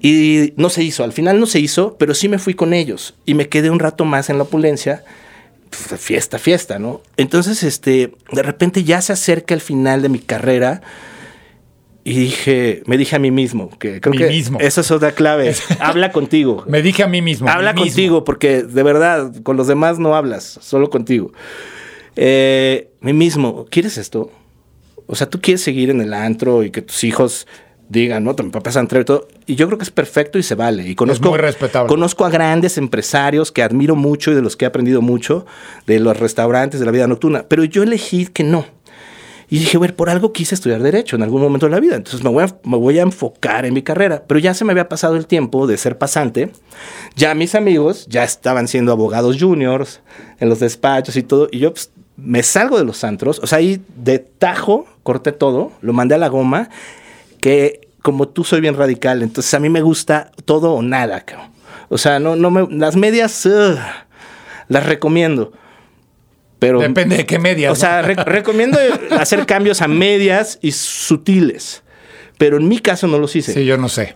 Y no se hizo, al final no se hizo, pero sí me fui con ellos y me quedé un rato más en la opulencia. Pf, Fiesta, fiesta, ¿no? Entonces, este, de repente ya se acerca el final de mi carrera y dije, me dije a mí mismo, que creo Mí que mismo. esa es <laughs> otra clave. Habla contigo. Me dije a mí mismo. a Habla mí mismo. contigo, porque de verdad, con los demás no hablas, solo contigo. Eh, mí mismo, ¿quieres esto? O sea, tú quieres seguir en el antro y que tus hijos digan, no, mi papá es antro y todo. Y yo creo que es perfecto y se vale. Y conozco, muy respetable. Conozco a grandes empresarios que admiro mucho y de los que he aprendido mucho, de los restaurantes, de la vida nocturna. Pero yo elegí que no. Y dije, bueno, por algo quise estudiar Derecho en algún momento de la vida. Entonces me voy, a, me voy a enfocar en mi carrera. Pero ya se me había pasado el tiempo de ser pasante. Ya mis amigos ya estaban siendo abogados juniors en los despachos y todo. Y yo pues, me salgo de los antros. O sea, ahí de tajo corté todo, lo mandé a la goma. Que como tú soy bien radical, entonces a mí me gusta todo o nada. cabrón. O sea, no, no me, las medias ugh, las recomiendo. Pero Depende de qué media. o sea, re- recomiendo hacer cambios a medias y sutiles. Pero en mi caso no los hice. <laughs> Sí, yo no sé.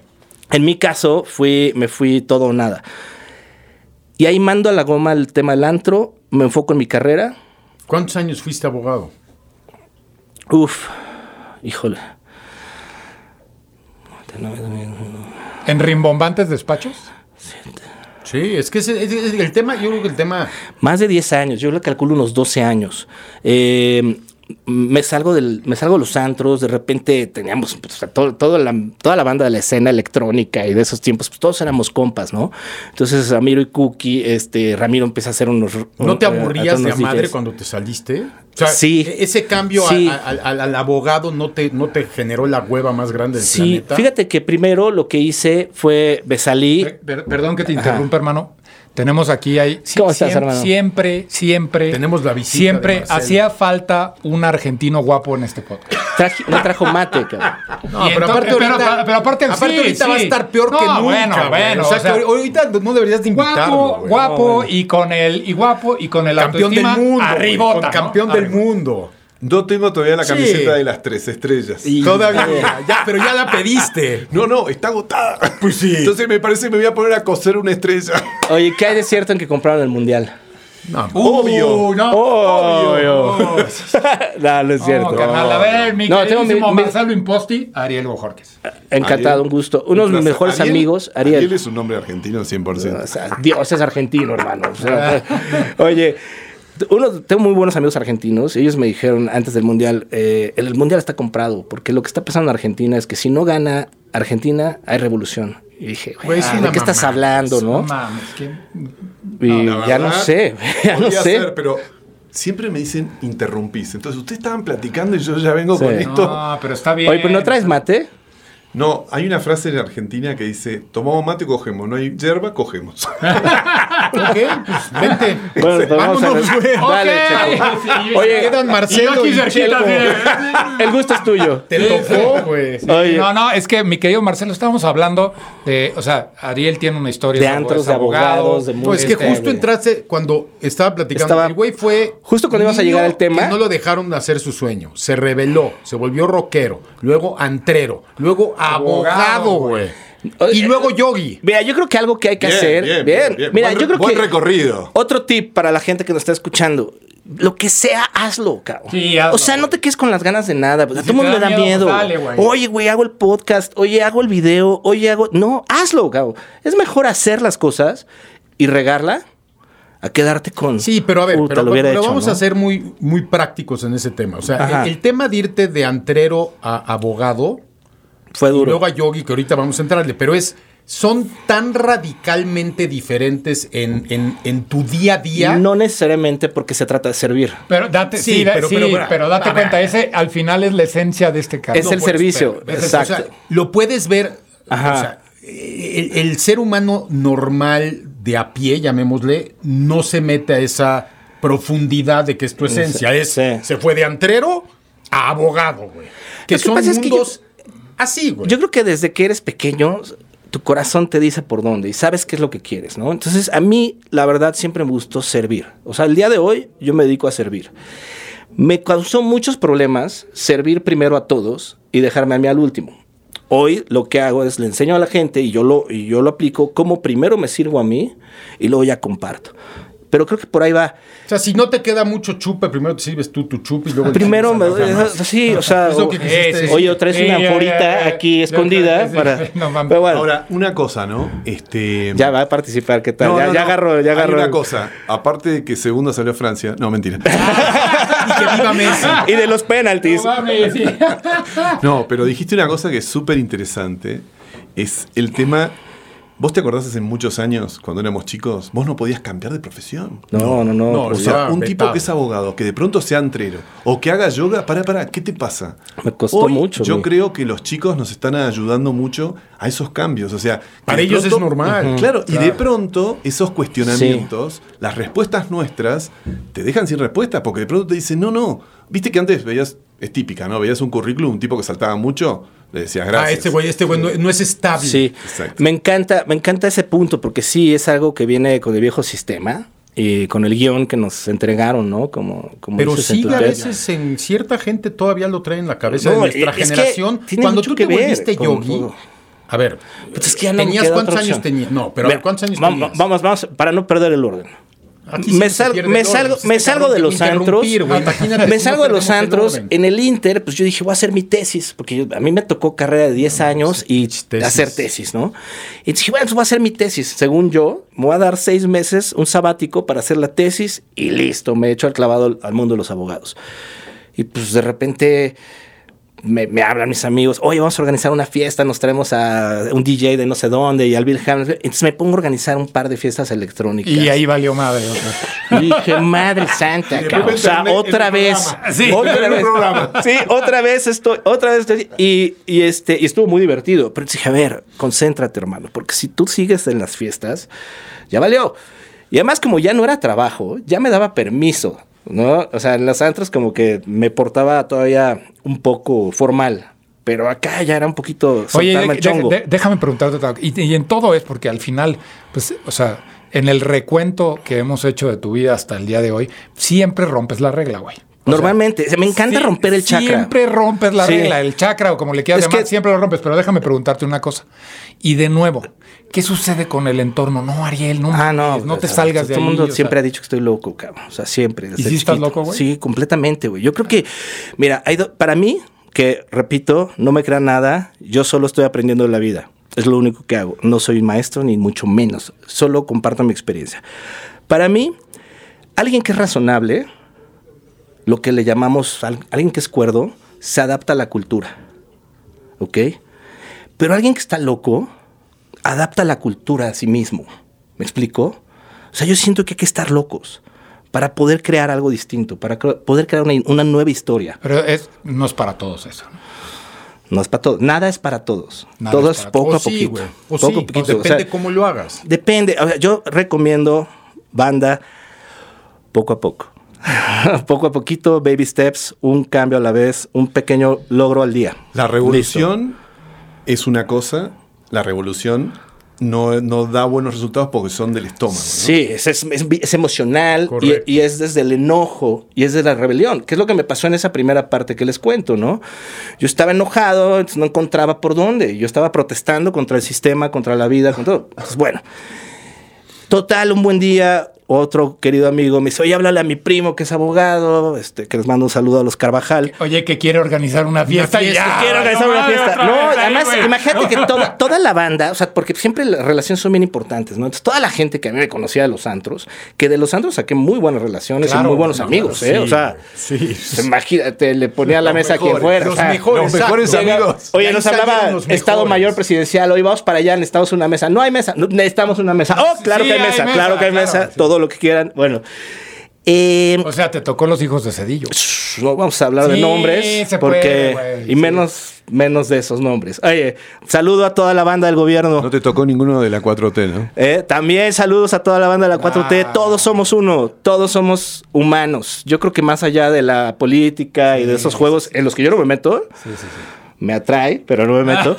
En mi caso fui, me fui todo o nada. Y ahí mando a la goma el tema del antro, me enfoco en mi carrera. ¿Cuántos años fuiste abogado? Uf, híjole. ¿En rimbombantes despachos? Sí, es que ese- ese- ese- el tema, yo creo que el tema. Más de 10 años, yo le calculo unos 12 años. Eh, me salgo del, me salgo de los antros, de repente teníamos pues, a todo- toda la, toda la banda de la escena electrónica y de esos tiempos, pues, todos éramos compas, ¿no? Entonces Ramiro y Cookie, este, Ramiro empieza a hacer unos. ¿No te un- a- a aburrías de unos a madre DJs. cuando te saliste? O sea, Sí. e- ese cambio a- Sí. a- al- al- al abogado no te, no te generó la hueva más grande del Sí, planeta. fíjate que primero lo que hice fue me salí. Per- per- perdón que te interrumpa, hermano. Tenemos aquí ahí. sí, ¿Cómo estás, siem- hermano? Siempre, siempre. Tenemos la visita de Siempre Marcelo. hacía falta un argentino guapo en este podcast. traje- no trajo mate, cabrón. No, Y pero, entonces- aparte pero- ahorita, pero- pero aparte- sí, ahorita va a sí. estar peor No, que nunca. bueno, güey. bueno, O sea, o sea- que ahorita no deberías de invitarlo. Guapo, güey. guapo No, bueno. y con el y guapo y con el Campeón del autoestima mundo. güey. arribota, Con ¿no? campeón del Arribota. mundo. No tengo todavía la Sí. camiseta de las tres estrellas. Todavía, ya, pero ya la pediste. No, no, está agotada. <laughs> Pues <laughs> sí. Entonces me parece que me voy a poner a coser una estrella. Oye, ¿qué hay de cierto en que compraron el mundial? Obvio. No, obvio. no, no es Oh, cierto. No, carnal, a ver, mi No, tengo queridísimo mi- mi- Marcelo Imposti, Ariel Bojorquez. Encantado, Ariel. un gusto. Uno de mis placer. mejores Ariel- amigos, Ariel. Ariel es un nombre argentino 100%. O sea, Dios es argentino, hermano. O sea, oye, Uno, tengo muy buenos amigos argentinos. y Ellos me dijeron antes del Mundial, eh, el Mundial está comprado, porque lo que está pasando en Argentina es que si no gana Argentina, hay revolución. Y dije, güey, ¿de qué estás hablando, no? Y La ya no verdad, sé, <laughs> ya no podría sé. ser, pero siempre me dicen interrumpís. Entonces, ustedes estaban platicando y yo ya vengo Sí. con esto. No, pero está bien. Oye, pero ¿no traes mate? No, hay una frase en Argentina que dice, tomamos mate y cogemos, no hay hierba, <laughs> cogemos. Pues Vente. Bueno, te vamos a Vámonos, ver. güey. Dale, Ok. Checo. Sí, Oye, Quedan Marcelo y, y yo aquí cerquita, Checo. mira. El gusto es tuyo. Te tocó, güey. Sí, Oye. No, no, es que mi querido Marcelo, estábamos hablando de, o sea, Ariel tiene una historia De abo- antros, es de abogados, de mu- Pues que Este, justo entraste cuando estaba platicando. Estaba- el güey fue. Justo cuando ibas a niño llegar al tema. que no lo dejaron hacer su sueño. Se rebeló, se volvió rockero, luego antrero, luego abogado, Abogado, güey. Oye, Y luego yogi. Mira, yo creo que algo que hay que Bien, hacer. Bien, bien, bien. Mira, Buen yo re- creo buen que. recorrido. Otro tip para la gente que nos está escuchando. Lo que sea, hazlo, cabrón. Sí, hazlo, o sea, no te quedes con las ganas de nada. pues, a si todo te mundo le da da miedo. miedo, pues, dale, güey. Oye, güey, hago el podcast. Oye, hago el video. Oye, hago. No, hazlo, cabrón. Es mejor hacer las cosas y regarla a quedarte con. Sí, pero a ver, Puta, pero, lo hubiera pero hecho, vamos ¿no? a ser muy, muy prácticos en ese tema. O sea, Ajá. el, el tema de irte de antrero a abogado, Fue y duro. luego a yogi, que ahorita vamos a entrarle, pero es. Son tan radicalmente diferentes en, en- en tu día a día. No necesariamente porque se trata de servir. Pero date, sí, Sí, da- pero- sí, pero- pero, pero- date a ver. cuenta, ese al final es la esencia de este caso. Es el servicio. Pero, Exacto. o sea, lo puedes ver. Ajá. o sea, el, el ser humano normal de a pie, llamémosle, no se mete a esa profundidad de que es tu esencia. Es, sí. Se fue de antrero a abogado, güey. Que Lo que son pasa es que yo- mundos así, güey. Yo creo que desde que eres pequeño, tu corazón te dice por dónde y sabes qué es lo que quieres, ¿no? Entonces, a mí, la verdad, siempre me gustó servir. O sea, el día de hoy yo me dedico a servir. Me causó muchos problemas servir primero a todos y dejarme a mí al último. Hoy lo que hago es le enseño a la gente y yo lo, y yo lo aplico como primero me sirvo a mí y luego ya comparto. Pero creo que por ahí va. O sea, si no te queda mucho chupe, primero te sirves tú tu chupe y luego... el Primero chupe me se lo doy. ganas. Sí, o sea. Es lo o- que quisiste decir. Oye, otra es Sí, una ya, ya, anforita ya. aquí Ya, escondida sí, sí, para. <laughs> no mames. Pero bueno. Ahora, una cosa, ¿no? Este... Ya va a participar, ¿qué tal? No, ya, no, ya no. agarró, ya Hay agarró. una <laughs> cosa, aparte de que segunda salió Francia, no, <laughs> mentira. Y que viva Messi. Y de los penaltis. No mames, sí. No, pero dijiste una cosa que es súper interesante. Es el tema. ¿Vos te acordás hace muchos años, cuando éramos chicos, vos no podías cambiar de profesión? No, no, no. No, pues, o O sea, Ah, un vetado. tipo que es abogado, que de pronto sea antrero, o que haga yoga, para, para, ¿qué te pasa? Me costó Hoy, mucho, Yo güey. creo que los chicos nos están ayudando mucho a esos cambios. O sea, que Para de ellos es normal. Ujú. claro, y de pronto esos cuestionamientos, las respuestas nuestras, te dejan sin respuesta, porque de pronto te dicen, no, no. Viste que antes veías, es típica, ¿no? Veías un currículum, un tipo que saltaba mucho, le decías gracias. Ah, este güey, este güey no, no es estable. sí. Exacto. Me encanta, me encanta ese punto porque sí es algo que viene con el viejo sistema y con el guión que nos entregaron, ¿no? Como, como Pero dices en tu sí, a tarea. veces en cierta gente todavía lo trae en la cabeza de No, nuestra es que generación. tiene Cuando mucho tú que te ver volviste con yogi. todo. A ver, Pues es que ya no me ¿tenías queda cuántos otra años opción. tenías? No, pero a ver, Mira, ¿cuántos años vamos, tenías? Vamos, vamos, para no perder el orden. Aquí me, siempre se sal- pierde me el orden. salgo, Este me cabrón salgo de tiene los que antros. interrumpir, güey. Imagínate me si salgo no de los tenemos el antros. orden. En el Inter, pues yo dije, voy a hacer mi tesis, porque yo- a mí me tocó carrera de 10 Ah, años y tesis. hacer tesis, ¿no? Y dije, bueno, pues voy a hacer mi tesis. Según yo, me voy a dar seis meses, un sabático para hacer la tesis y listo, me echo al clavado al- al mundo de los abogados. Y pues de repente me, me hablan mis amigos, oye, vamos a organizar una fiesta, nos traemos a un DJ de no sé dónde y al Bill Ham. Entonces me pongo a organizar un par de fiestas electrónicas. Y ahí valió madre. o sea. Y dije, madre santa, después cabrón. me O sea, interné en otra un vez. programa. Sí, otra en un vez. programa. Sí, otra vez estoy, otra vez estoy. Y, y este, y estuvo muy divertido. Pero dije, a ver, concéntrate, hermano, porque si tú sigues en las fiestas, ya valió. Y además, como ya no era trabajo, ya me daba permiso, ¿no? O sea, en las antras como que me portaba todavía un poco formal. Pero acá ya era un poquito Oye, soltarme de- el chongo. de- de- déjame preguntarte otra cosa. y, y en todo es porque al final, pues, o sea, en el recuento que hemos hecho de tu vida hasta el día de hoy, siempre rompes la regla, güey. O sea, Normalmente, o sea, me encanta sí- romper el chakra. Siempre rompes la Sí. regla, el chakra o como le quieras Es llamar, que- siempre lo rompes. Pero déjame preguntarte una cosa. Y de nuevo, ¿qué sucede con el entorno? No, Ariel, no, Ah, no. mames, no te pues, salgas de ahí. Todo o el mundo sea. siempre ha dicho que estoy loco, cabrón. O sea, siempre. desde sí estás chiquito. loco, güey? Sí, completamente, güey. Yo creo que, mira, hay do- para mí, que repito, no me crean nada, yo solo estoy aprendiendo de la vida. Es lo único que hago. No soy maestro, ni mucho menos. Solo comparto mi experiencia. Para mí, Alguien que es razonable, lo que le llamamos, al- alguien que es cuerdo, se adapta a la cultura. ¿Ok? Pero alguien que está loco, adapta la cultura a sí mismo. ¿Me explico? O sea, yo siento que hay que estar locos para poder crear algo distinto, para cre- poder crear una, una nueva historia. Pero es, no es para todos eso. ¿no? No es para todos. Nada es para todos. Nada Todo es es para poco O a sí, poquito. güey. O Poco sí. a poquito. O Depende sea, cómo lo hagas. Depende. O sea, yo recomiendo banda poco a poco. <laughs> poco a poquito, baby steps, un cambio a la vez, un pequeño logro al día. La revolución es una cosa, la revolución no, no da buenos resultados porque son del estómago. ¿no? Sí, es, es- es- es emocional y, Correcto. y es desde el enojo y es de la rebelión, que es lo que me pasó en esa primera parte que les cuento, ¿no? Yo estaba enojado, entonces no encontraba por dónde. Yo estaba protestando contra el sistema, contra la vida, con todo. Entonces, bueno, total, un buen día, otro querido amigo me dice, oye, háblale a mi primo que es abogado, este, que les mando un saludo a los Carvajal. Oye, que quiere organizar una fiesta. y ya, quiero organizar no una mames, fiesta. otra No, vez ahí, además, güey. imagínate <laughs> que toda, toda la banda, o sea, porque siempre las relaciones son bien importantes, ¿no? Entonces, toda la gente que a mí me conocía de los antros, que de los antros saqué muy buenas relaciones Claro, y muy buenos claro, amigos, ¿eh? o sea, Sí. imagínate, le ponía a la mesa a quien fuera. o Los sea, mejores, los mejores exacto. amigos. De Oye, ahí nos salieron hablaba los Estado mejores. Mayor Presidencial, hoy vamos para allá, necesitamos una mesa. No hay mesa, no, necesitamos una mesa. Oh, claro Sí, que hay hay mesa, mesa, claro que hay claro, mesa, sí. todo lo que quieran. Bueno, eh, O sea, te tocó los hijos de Cedillo. no vamos a hablar de Sí, nombres se porque puede, güey, y sí. menos menos de esos nombres. Oye, saludo a toda la banda del gobierno. No te tocó ninguno de la 4T, ¿no? Eh, también saludos a toda la banda de la 4T. Ah. Todos somos uno, todos somos humanos. Yo creo que más allá de la política y de esos juegos en los que yo no me meto, me atrae, pero no me <laughs> meto.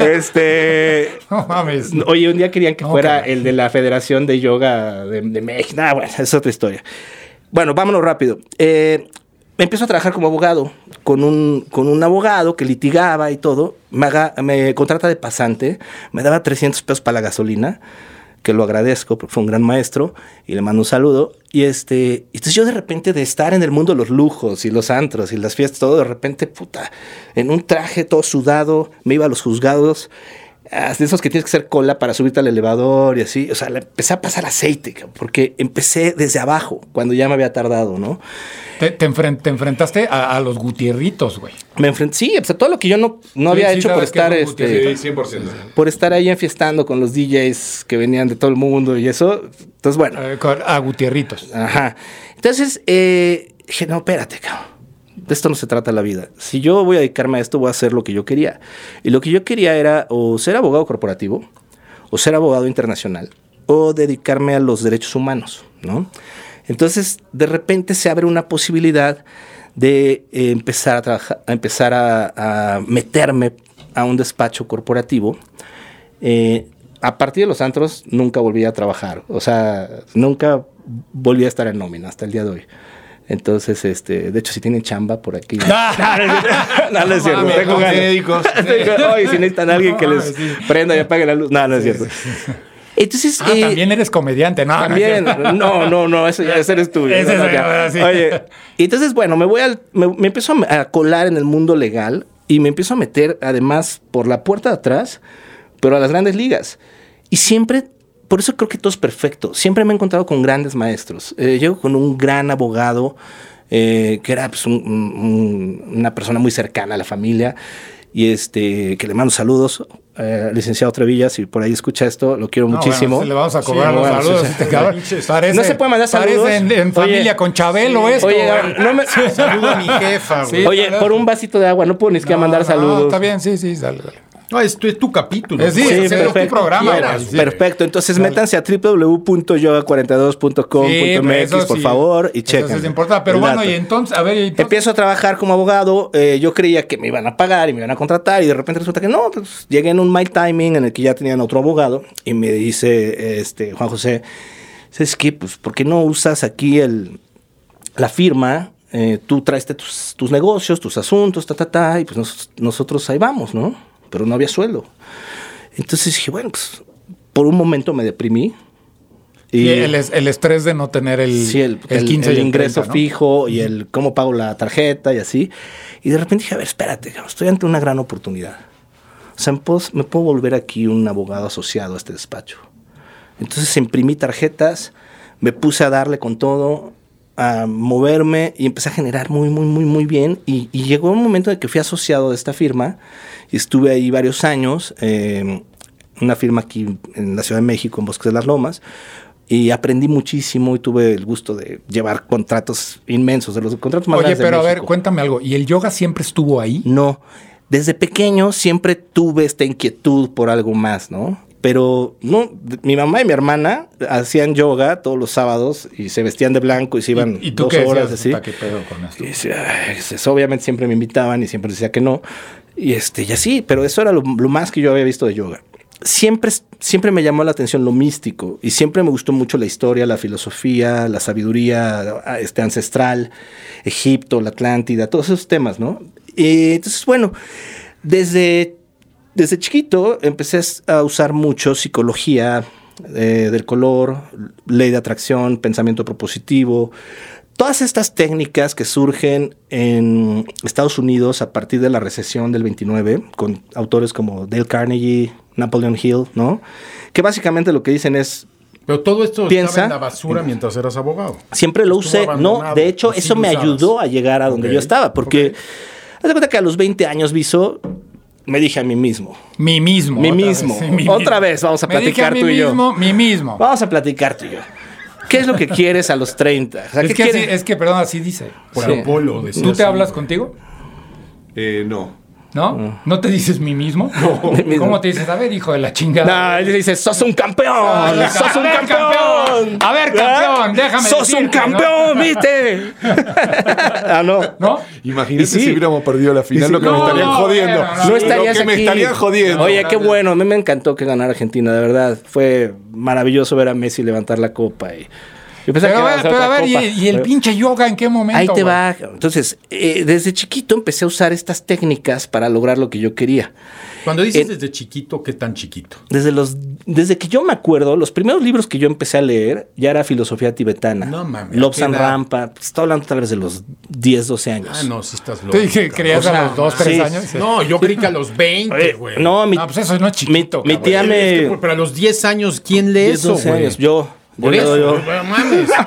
este, No mames. Oye, un día querían que No, fuera caray. el de la Federación de Yoga de, de México. Nah, bueno, <laughs> es otra historia. Bueno, vámonos rápido. Eh, empiezo a trabajar como abogado con un, con un abogado que litigaba y todo. Me, haga- me contrata de pasante, me daba 300 pesos para la gasolina, que lo agradezco porque fue un gran maestro y le mando un saludo. Y este, entonces yo de repente de estar en el mundo de los lujos y los antros y las fiestas, todo de repente, puta, en un traje todo sudado, me iba a los juzgados. Ah, De esos que tienes que hacer cola para subirte al elevador y así. O sea, le empecé a pasar aceite, cabrón, porque empecé desde abajo, cuando ya me había tardado, ¿no? Te, te enfren- te enfrentaste a, a los Gutierritos, güey. Me enfrenté, sí, o sea, todo lo que yo no, no Sí, había sí, hecho por sabes que estar, es un este, Gutiérrez. 100%. por estar ahí enfiestando con los DJs que venían de todo el mundo y eso. Entonces, bueno, Eh, con- A Gutierritos. Ajá. Entonces, eh, dije, no, espérate, cabrón. De esto no se trata la vida. Si yo voy a dedicarme a esto, voy a hacer lo que yo quería. Y lo que yo quería era o ser abogado corporativo, o ser abogado internacional, o dedicarme a los derechos humanos, ¿no? Entonces, de repente se abre una posibilidad de eh, empezar a trabajar, a empezar a- a meterme a un despacho corporativo eh, a partir de los antros nunca volví a trabajar. O sea, nunca volví a estar en nómina hasta el día de hoy. Entonces, este, de hecho, si tienen chamba por <laughs> aquí. Ah, No, no, no es cierto. mames, Tengo los ganas. <laughs> médicos. Tengo- Oye, si necesitan a alguien que les prenda y apague la luz. No, no es cierto. Entonces, Ah, eh, también eres comediante, ¿no? no es también. cierto. <laughs> No, no, no, eso ya ese eres tú. Ese No, no, soy ya. yo, ahora sí. Oye, y entonces, bueno, me voy al, me, me empiezo a, a colar en el mundo legal y me empiezo a meter, además, por la puerta de atrás, pero a las grandes ligas. Y siempre, por eso creo que todo es perfecto. Siempre me he encontrado con grandes maestros. Eh, llego con un gran abogado, eh, que era pues, un- un- un- una persona muy cercana a la familia, y este, que le mando saludos, eh, licenciado Trevilla, si por ahí escucha esto, lo quiero No, muchísimo. bueno, le vamos a cobrar Sí, los bueno, saludos. a sí, sí. este cabrón. Parece- No se puede mandar saludos. Parece en, en Oye, familia con Chabelo esto. Oye, güey. no me- Saludo <laughs> a mi jefa, güey. Sí. Oye, claro. por un vasito de agua, no puedo ni siquiera mandar Ah, No, no, saludos. Está bien, sí, sí, dale, dale. No, es tu, es tu capítulo. Es- sí, güey. es tu programa, Quieras, güey. sí. Perfecto, entonces métanse a Sí, pero www.yoga42.com.mx, eso por sí. favor, y Eso chequen. sí es importante. Pero el bueno, dato. y entonces, a ver, y entonces- Empiezo a trabajar como abogado, eh, yo creía que me iban a pagar y me iban a contratar y de repente resulta que no, pues llegué en un mal timing en el que ya tenían otro abogado y me dice este Juan José, ¿sabes qué? Pues ¿por qué no usas aquí el, la firma? Eh, tú traiste tus, tus negocios, tus asuntos, ta, ta, ta, y pues nos- nosotros ahí vamos, ¿no? Pero no había sueldo. Entonces dije, bueno, pues por un momento me deprimí. y el, es- el estrés de no tener el, Sí, el, el- 15 el y el ingreso 30, ¿no? fijo y el cómo pago la tarjeta y así. Y de repente dije, a ver, espérate, cabrón, estoy ante una gran oportunidad. O sea, me puedo, me puedo volver aquí un abogado asociado a este despacho. Entonces imprimí tarjetas, me puse a darle con todo, a moverme y empecé a generar muy, muy, muy, muy bien. Y, y llegó un momento en que fui asociado de esta firma y estuve ahí varios años, eh, una firma aquí en la Ciudad de México, en Bosques de las Lomas. Y aprendí muchísimo y tuve el gusto de llevar contratos inmensos, de los contratos más Oye, grandes de pero a ver, México. cuéntame algo. ¿Y el yoga siempre estuvo ahí? No. Desde pequeño siempre tuve esta inquietud por algo más, ¿no? Pero no, d- mi mamá y mi hermana hacían yoga todos los sábados y se vestían de blanco y se iban ¿Y, y tú dos qué horas decías? así. "Puta, ¿Qué pedo con esto? Y decía, "Ay", pues, obviamente siempre me invitaban y siempre decía que no. Y este, y así, pero eso era lo, lo más que yo había visto de yoga. Siempre, siempre me llamó la atención lo místico y siempre me gustó mucho la historia, la filosofía, la sabiduría ah, este, ancestral, Egipto, la Atlántida, todos esos temas, ¿no? Y entonces, bueno, desde, desde chiquito empecé a usar mucho psicología eh, del color, ley de atracción, pensamiento propositivo, todas estas técnicas que surgen en Estados Unidos a partir de la recesión del 29, con autores como Dale Carnegie, Napoleon Hill, ¿no? Que básicamente lo que dicen es, Pero todo esto Piensa- estaba en la basura mientras eras abogado. Siempre lo Estuvo usé. No, abandonado, de hecho, y sí eso lo me usabas. ayudó a llegar a donde Ok, yo estaba. Porque, haz de cuenta que a los 20 años, Viso, me dije a mí mismo. Mi mismo. Mi otra <laughs> mismo. vez, sí, Otra vez vamos a Me dije platicar mí tú y yo. mismo, mi mismo. Vamos a platicar tú y yo. ¿Qué es lo que quieres a los 30? O sea, Es ¿qué Pues, que, así- quieres? es que, perdón, así dice. Por Sí. Apolo. decías. ¿Tú te hablas contigo? Eh, no. ¿No? ¿No te dices mi <laughs> mismo? Mi mismo. ¿Cómo te dices? A ver, hijo de la No, chingada. él dice, sos un campeón, Ah, sos a un ver, campeón. campeón. A ver, campeón, ¿Ah? déjame Sos decirte, un ¿no? <laughs> campeón, viste. ah, no. ¿No? Imagínate Y sí. si hubiéramos perdido la final, Y sí. lo que me No, estarían jodiendo. bueno, no, No Lo estarías que me aquí. estarían jodiendo. Oye, qué bueno. A mí me encantó que ganara Argentina, de verdad. Fue maravilloso ver a Messi levantar la copa. Y, yo Pero a pensaba que iba ver, lanzar pero a otra ver, ¿y, copa, y el pero- pinche yoga en qué momento? Ahí te güey? va. Entonces, eh, desde chiquito empecé a usar estas técnicas para lograr lo que yo quería. Cuando dices Eh, desde chiquito, ¿qué tan chiquito? Desde, los, desde que yo me acuerdo, los primeros libros que yo empecé a leer ya era filosofía tibetana. No mames, ¿a Lobsang qué edad? Rampa. pues, Estoy hablando tal vez de los 10, 12 años. Ah, no, si estás loco. Te dije, cabrón. creías a los dos, tres sí. años. Sí. No, yo creí que a <laughs> los 20, Oye, güey. no, mi, No, pues eso no es mi, chiquito. mi cabrón. tía me... Es que, pero a los 10 años, ¿quién lee 10, eso, 12 güey? años. Yo. Por yo, eso, yo. no mames. <laughs>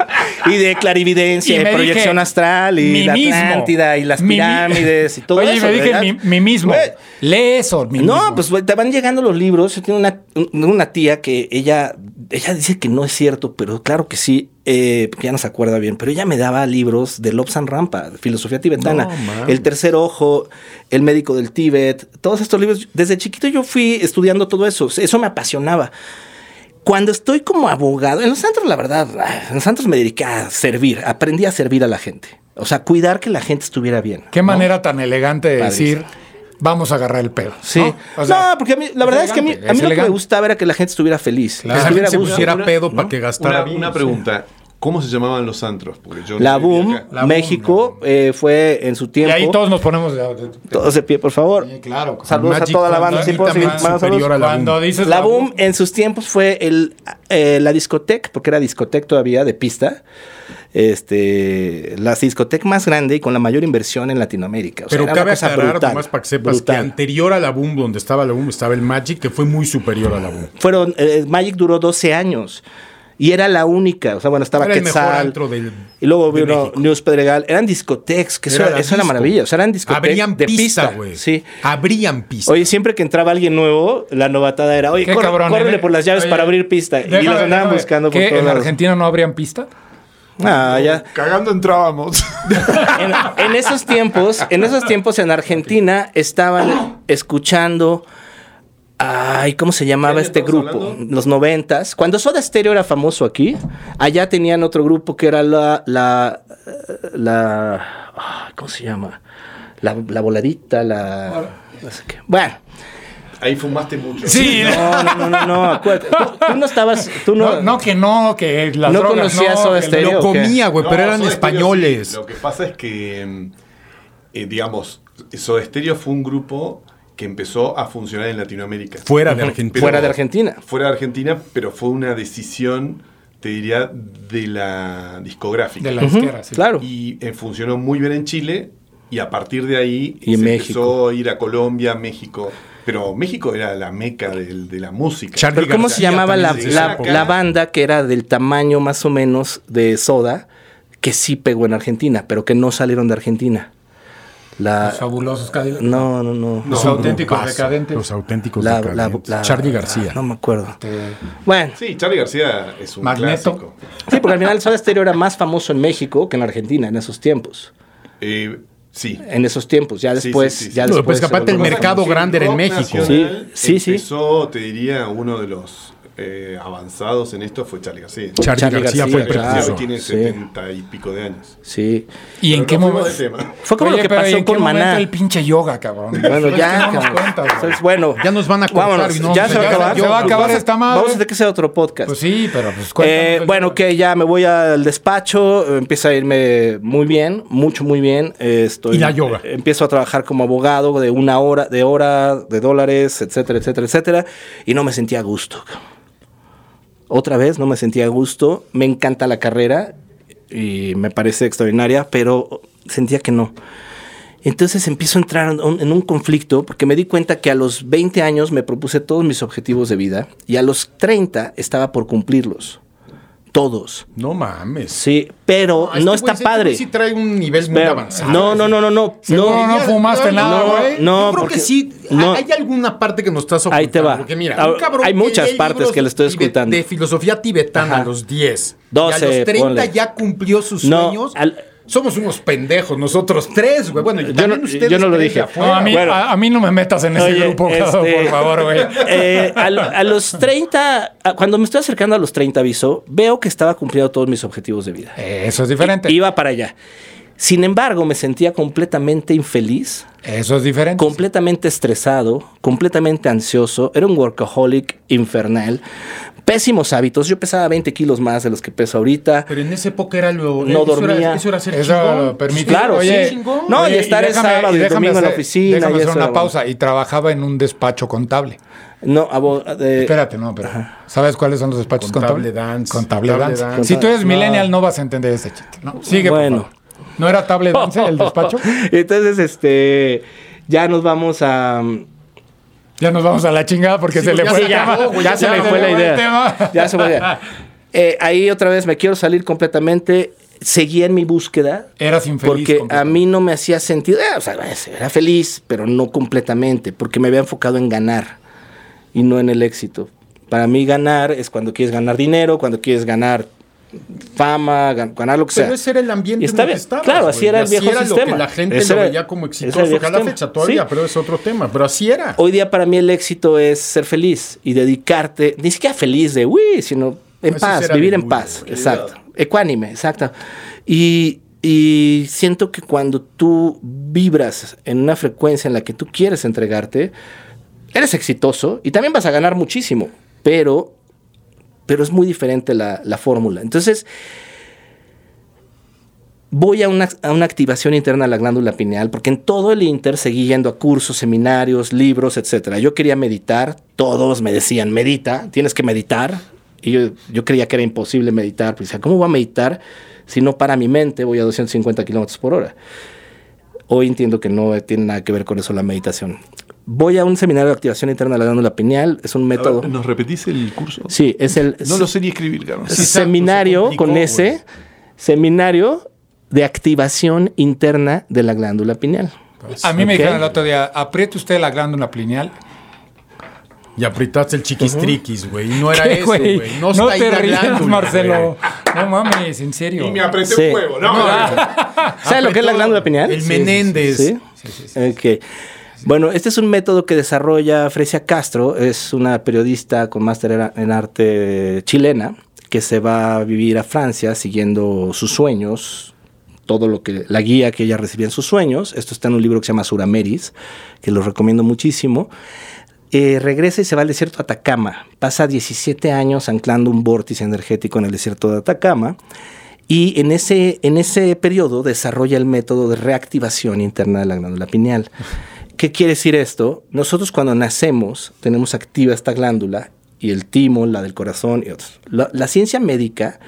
Y de clarividencia, Y y me proyección dije, astral, y mi la mismo. Atlántida, y las Mi mi- pirámides, y todo Oye, eso. me dije ¿verdad? mi, mi mismo. Güey, Lee eso, mi no, mismo. pues güey, te van llegando los libros. Yo tengo una, una tía que ella, ella dice que no es cierto, pero claro que sí, eh, porque ya no se acuerda bien, pero ella me daba libros de Lobsang Rampa, de filosofía tibetana, No, mames. El Tercer Ojo, El Médico del Tíbet, todos estos libros. Desde chiquito yo fui estudiando todo eso, eso me apasionaba. Cuando estoy como abogado, en los santos, la verdad, ah, en los santos me dediqué a servir, aprendí a servir a la gente. O sea, cuidar que la gente estuviera bien. Qué ¿no? manera tan elegante de Padrísimo. decir, vamos a agarrar el pedo. Sí. ¿no? ¿no? O sea, porque a mí, la verdad es, que a mí, elegante, a mí es lo que me elegante. gustaba era que la gente estuviera feliz. Claro. Que Que estuviera la gente a se gusto. pusiera- pedo para que gastara Una, bien, una sí. pregunta. ¿Cómo se llamaban los antros? Porque yo no La soy de Boom, acá. La Boom, México, eh, fue en su y tiempo. ahí todos nos ponemos. Todos de pie, por favor. Sí, claro. Saludos a Magic toda la Fan, banda. ¿no? ¿Sí Y puedo seguir también mandando superior saludos? a la Cuando boom. dices La Boom eh, en sus tiempos fue el, eh, la discoteca, porque era discoteca todavía de pista. Este, la discoteca más grande y con la mayor inversión en Latinoamérica. O sea, Pero era una cabe cosa aclarar, brutal, nomás para que sepas, brutal. que anterior a la boom, donde estaba la boom, estaba el Magic, que fue muy superior a la boom. Fueron, eh, Magic duró 12 años y era la única. O sea, bueno, estaba Era el mejor Quetzal. antro del. Y luego de vino México. News Pedregal. Eran discotecas, que eso Era era, la eso era disco. maravilla. O sea, eran discotecas Abrían de pista, pista. güey. Sí. Abrían pista. Oye, siempre que entraba alguien nuevo, la novatada era, oye, Qué corre, cabrón. córrele ¿eh? por las llaves Oye, para abrir pista. y déjame, las andaban déjame. buscando por ¿Qué, todos ¿En lados. Argentina no abrían pista? Ah, ya. Cagando entrábamos. En, en esos tiempos, en esos tiempos en Argentina estaban escuchando. Ay, ¿cómo se llamaba este grupo? Los noventas. Cuando Soda Stereo era famoso aquí, allá tenían otro grupo que era la. la. la ay, ¿Cómo se llama? La, la voladita, la. no sé qué. Bueno. <laughs> Ahí fumaste mucho. Sí. No, no, no, no, no, acuérdate. Tú, tú no estabas. Tú no, No, no, que no, que las No drogas, conocía no, Soda que Stereo. Lo ¿o qué? comía, güey, No, pero eran este Soda Stereo españoles. sí. Lo que pasa es que, mm, eh, digamos, Soda Stereo fue un grupo que empezó a funcionar en Latinoamérica. Fuera de Argentina. Fuera de Argentina. Fuera de Argentina, pero fue una decisión, te diría, de la discográfica. De la izquierda, sí. Claro. Y eh, funcionó muy bien en Chile. Y a partir de ahí Y en se México. empezó a ir a Colombia, México. Pero México era la meca del- de, la música. Charlie Pero ¿cómo se García llamaba la, también se la- saca. la banda que era del tamaño más o menos de Soda, que sí pegó en Argentina, pero que no salieron de Argentina? La... Los fabulosos Cadillacs. No, no, no. Los un auténticos grupazo, decadentes. Los auténticos La- la- decadentes. la- Charlie García. ah, No me acuerdo. Este, Bueno, Sí, Charlie García es un Magneto. clásico. sí, porque al final Soda Stereo era más famoso en México que en Argentina en esos tiempos. Eh, sí. En esos tiempos, ya Sí, sí, después, sí, sí. ya No, después. pues, se capaz volvió el más- mercado Pasa que grande era en rock México. nacional Sí, sí, sí. Empezó, te diría, uno de los eh, avanzados en esto fue Charlie García. Charlie, Charlie García, García, fue el Charlie García precursor. hoy tiene Sí. 70 y pico de años. Sí. ¿Y en qué Pero no fuimos momento? de tema. Fue como Oye, lo que pero ¿y pasó en qué con momento Maná. el pinche yoga, cabrón? Bueno, Es que ya. no nos cabrón. cuenta, güey. Entonces, bueno, Ya nos van a cortar vámonos. y no ya vamos se a va a llegar. acabar. Ya va a acabar Vamos a- esta madre. Vamos a tener que hacer otro podcast. Pues sí, pero pues Eh, bueno, que que ya me voy al despacho, eh, empieza a irme muy bien, mucho muy bien. eh, estoy, Y la yoga. eh, Empiezo a trabajar como abogado de una hora, de hora, de dólares, etcétera, etcétera, etcétera. Y no me sentía a gusto. cabrón. Otra vez no me sentía a gusto. Me encanta la carrera y me parece extraordinaria, pero sentía que no. Entonces empiezo a entrar en un, en un conflicto porque me di cuenta que a los 20 años me propuse todos mis objetivos de vida y a los 30 estaba por cumplirlos. Todos. No mames. Sí, pero Ah, este no güey está sí- padre. este güey Sí trae un nivel muy Pero- avanzado. no, no, no, no, no. No, no No, fumaste nada, no, güey. no, Yo creo porque- que sí. no. Hay alguna parte que nos estás ocultando. Ahí te va. Porque mira, Ah, un cabrón hay que muchas lee partes libros que le estoy tibet- ocultando. De filosofía tibetana Ajá. a los 10. y a 12, los 30 ponle. ya cumplió sus No, sueños. al- Somos unos pendejos nosotros tres, güey. Bueno, y Yo también no- ustedes yo no lo tres dije. de afuera. No, a, mí, Bueno. a, a mí no me metas en ese Oye, grupo, <laughs> cabrón, este, por favor, güey. eh, a, lo- a los 30, a- cuando me estoy acercando a los 30, aviso, veo que estaba cumpliendo todos mis objetivos de vida. Eso es diferente. Iba para allá. Sin embargo, me sentía completamente infeliz, Eso es diferente. completamente estresado, completamente ansioso. Era un workaholic infernal. Pésimos hábitos. Yo pesaba 20 kilos más de los que peso ahorita. Pero en esa época era lo. eso No era- dormía. eso era ser Eso chingón. permite. Claro, oye, sí. No, y estar el sábado y el déjame domingo en la hacer- oficina Déjame y hacer eso, una bueno. pausa. Y trabajaba en un despacho contable. No, abo- eh, Espérate, no, pero ¿sabes cuáles son los despachos Contable contables? dance. Contable, Contable dance. dance. Si tú eres No. millennial, no vas a entender ese chiste. ¿no? Sigue, Bueno. por favor. ¿No era table dance el despacho? Entonces, este, ya nos vamos a... Ya nos vamos a la chingada porque Sí, se le ya fue se el acabó, tema. güey, ya se me fue la el idea. tema. Ya se fue la idea. Eh, ahí otra vez me quiero salir completamente. Seguía en mi búsqueda. Eras infeliz. Porque a completamente. mí no me hacía sentido. Eh, o sea, era feliz, pero no completamente. Porque me había enfocado en ganar y no en el éxito. Para mí ganar es cuando quieres ganar dinero, cuando quieres ganar fama, gan- ganar lo que sea. Pero ese era el ambiente Y está en el bien, que estabas, Claro, güey, así era y el viejo era sistema. Lo que la gente Ese lo era- veía como ese era el exitoso. viejo Que a la sistema. fecha Sí. todavía, pero es otro tema. Pero así era. Hoy día para mí el éxito es ser feliz y dedicarte, ni siquiera feliz de uy, sino en Eso paz, será vivir en orgullo, paz, exacto, ecuánime, exacto. Y, y siento que cuando tú vibras en una frecuencia en la que tú quieres entregarte, eres exitoso y también vas a ganar muchísimo, pero, pero es muy diferente la, la fórmula. Entonces, voy a una, a una activación interna de la glándula pineal, porque en todo el Inter seguí yendo a cursos, seminarios, libros, etcétera. Yo quería meditar, todos me decían, medita, tienes que meditar. Y yo, yo creía que era imposible meditar, pues decía, ¿cómo voy a meditar si no para mi mente voy a 250 kilómetros por hora? Hoy entiendo que no tiene nada que ver con eso la meditación. Voy a un seminario de activación interna de la glándula pineal, es un A ver, método. ¿Nos repetís el curso? Sí, es el No lo sé ni escribir, Carlos. Sí, exacto, seminario se complicó, con ese güey. seminario de activación interna de la glándula pineal. A mí me Ok. dijeron el otro día, apriete usted la glándula pineal Y apretaste el chiquistriquis, güey. y No era <laughs> ¿Qué, eso, güey. No, está ahí te la rías, glándula, Marcelo. güey. No mames, en serio. Y me apreté Sí. un huevo, ¿no? ¿Sabes lo que es la glándula pineal? El Menéndez. Sí. Ok. Bueno, este es un método que desarrolla Frecia Castro, es una periodista con máster era- en arte chilena que se va a vivir a Francia siguiendo sus sueños, todo lo que la guía que ella recibía en sus sueños. Esto está en un libro que se llama Surameris, que lo recomiendo muchísimo. Eh, regresa y se va al desierto de Atacama. Pasa 17 años anclando un vórtice energético en el desierto de Atacama. Y en ese, en ese periodo desarrolla el método de reactivación interna de la glándula pineal. ¿Qué quiere decir esto? Nosotros cuando nacemos tenemos activa esta glándula y el timo, la del corazón y otros. La, la ciencia médica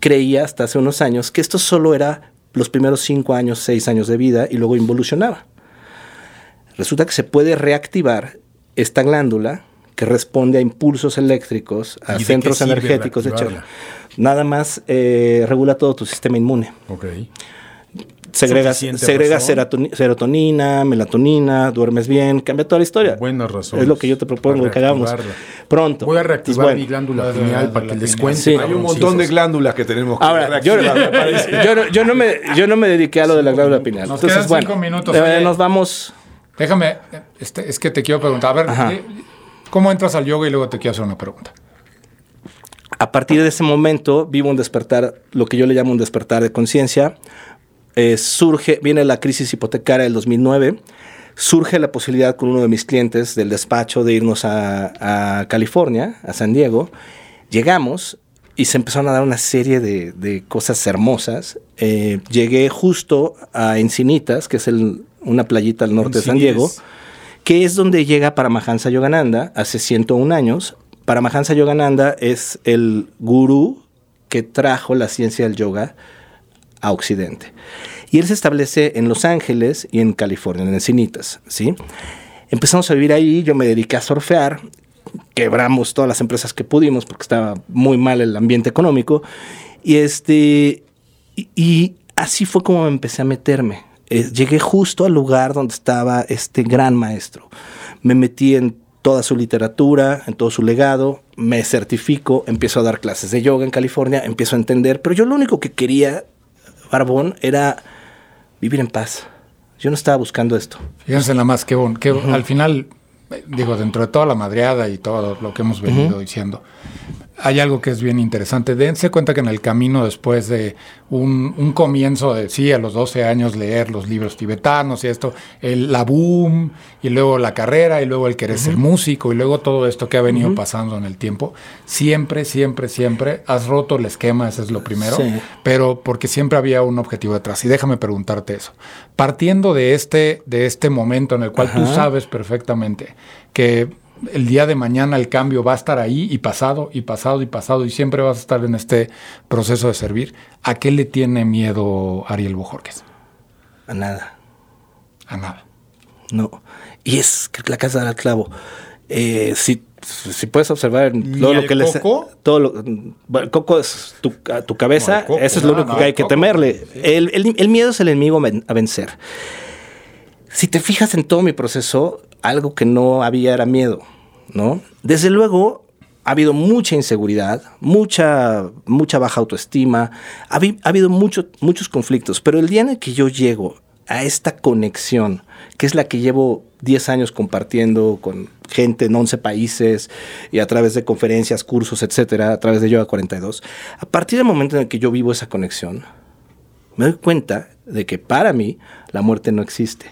creía hasta hace unos años que esto solo era los primeros cinco años, seis años de vida y luego involucionaba. Resulta que se puede reactivar esta glándula que responde a impulsos eléctricos, a ¿Y de centros qué sirve energéticos, etc. reactivarla? Nada más eh, regula todo tu sistema inmune. Ok. Segregas, Suficiente segregas razón. serotoni- serotonina, melatonina, duermes bien, cambia toda la historia. Buenas razones. Es lo que yo te propongo para que hagamos. reactivarla. Pronto. Voy a reactivar Pues Bueno, mi glándula pineal para que les cuente. Sí. cabroncitos. Hay un montón de glándulas que tenemos que Ahora, yo, reactivar. <laughs> yo no- yo no me, yo no me dediqué a lo de la glándula pineal. Nos Entonces, quedan bueno, cinco minutos, eh, oye. nos vamos. Déjame, eh, este, es que te quiero preguntar, a ver, Ajá. eh, ¿cómo entras al yoga y luego te quiero hacer una pregunta? A partir de ese momento vivo un despertar, lo que yo le llamo un despertar de conciencia. Eh, surge, viene la crisis hipotecaria del 2009. Surge la posibilidad con uno de mis clientes del despacho de irnos a, a California, a San Diego. Llegamos y se empezaron a dar una serie de, de cosas hermosas. Eh, llegué justo a Encinitas, que es el- una playita al norte de San Diego. Encinitas. que es donde llega Paramahansa Yogananda hace 101 años. Paramahansa Yogananda es el gurú que trajo la ciencia del yoga a Occidente. Y él se establece en Los Ángeles y en California, en Encinitas, ¿sí? Empezamos a vivir ahí, yo me dediqué a surfear, quebramos todas las empresas que pudimos porque estaba muy mal el ambiente económico y este y, y así fue como empecé a meterme. Eh, llegué justo al lugar donde estaba este gran maestro. Me metí en toda su literatura, en todo su legado, me certifico, empiezo a dar clases de yoga en California, empiezo a entender, pero yo lo único que quería, Barbón, era vivir en paz. Yo no estaba buscando esto. Fíjense nada más, que bon, qué- al final, eh, digo, dentro de toda la madreada y todo lo que hemos venido diciendo, hay algo que es bien interesante. Dense cuenta que en el camino, después de un, un comienzo de, sí, a los 12 años leer los libros tibetanos y esto, el, la boom, y luego la carrera, y luego el querer ser músico, y luego todo esto que ha venido pasando en el tiempo, siempre, siempre, siempre has roto el esquema, ese es lo primero, Sí. pero porque siempre había un objetivo detrás. Y déjame preguntarte eso. Partiendo de este, de este momento en el cual tú Ajá. sabes perfectamente que el día de mañana el cambio va a estar ahí y pasado y pasado y pasado y siempre vas a estar en este proceso de servir, ¿a qué le tiene miedo Ariel Bojorquez? A nada. A nada. No. Y es que la casa del clavo. Eh, si, si puedes observar Ni todo al lo que les. coco. Todo lo, bueno, el coco es tu, a tu cabeza. No, el coco. Eso es lo No, único no, que el hay que coco. temerle. El, el- el miedo es el enemigo ven- a vencer. Si te fijas en todo mi proceso, algo que no había era miedo, ¿no? Desde luego ha habido mucha inseguridad, mucha, mucha baja autoestima, ha, habi- ha habido mucho- muchos conflictos, pero el día en el que yo llego a esta conexión, que es la que llevo 10 años compartiendo con gente en 11 países y a través de conferencias, cursos, etcétera, a través de Yoga 42, a partir del momento en el que yo vivo esa conexión, me doy cuenta de que para mí la muerte no existe.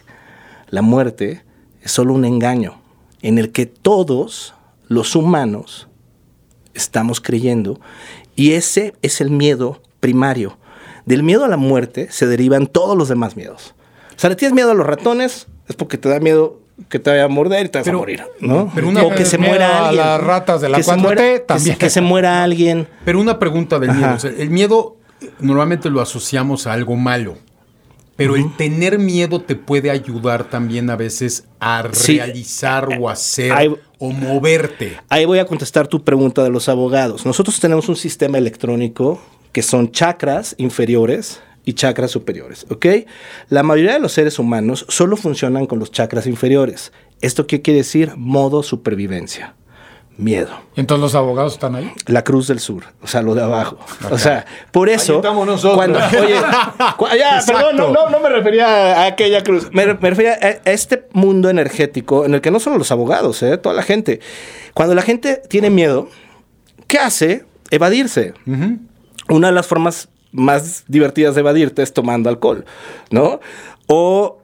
La muerte es solo un engaño en el que todos los humanos estamos creyendo y ese es el miedo primario. Del miedo a la muerte se derivan todos los demás miedos. O sea, le tienes miedo a los ratones, es porque te da miedo que te vaya a morder y te vas a morir, ¿no? pero o una- que se miedo muera a alguien. las ratas de la que se 4T muera- que se- también. que se muera alguien. Pero una pregunta del miedo. Ajá. o sea, el miedo eh, normalmente lo asociamos a algo malo. Pero el tener miedo te puede ayudar también a veces a Sí. realizar o hacer Ahí- o moverte. Ahí voy a contestar tu pregunta de los abogados. Nosotros tenemos un sistema electrónico que son chakras inferiores y chakras superiores, ¿ok? La mayoría de los seres humanos solo funcionan con los chakras inferiores. ¿Esto qué quiere decir? Modo supervivencia. Miedo. Y entonces los abogados están ahí. La Cruz del Sur, o sea, lo de abajo. O sea, por eso. estamos nosotros. <laughs> Cuando, oye, cu- ya, perdón, no, no, no me refería a aquella cruz. Me, re- me refería a a este mundo energético en el que no solo los abogados, eh, toda la gente. Cuando la gente tiene miedo, ¿qué hace? Evadirse. Una de las formas más divertidas de evadirte es tomando alcohol, ¿no? O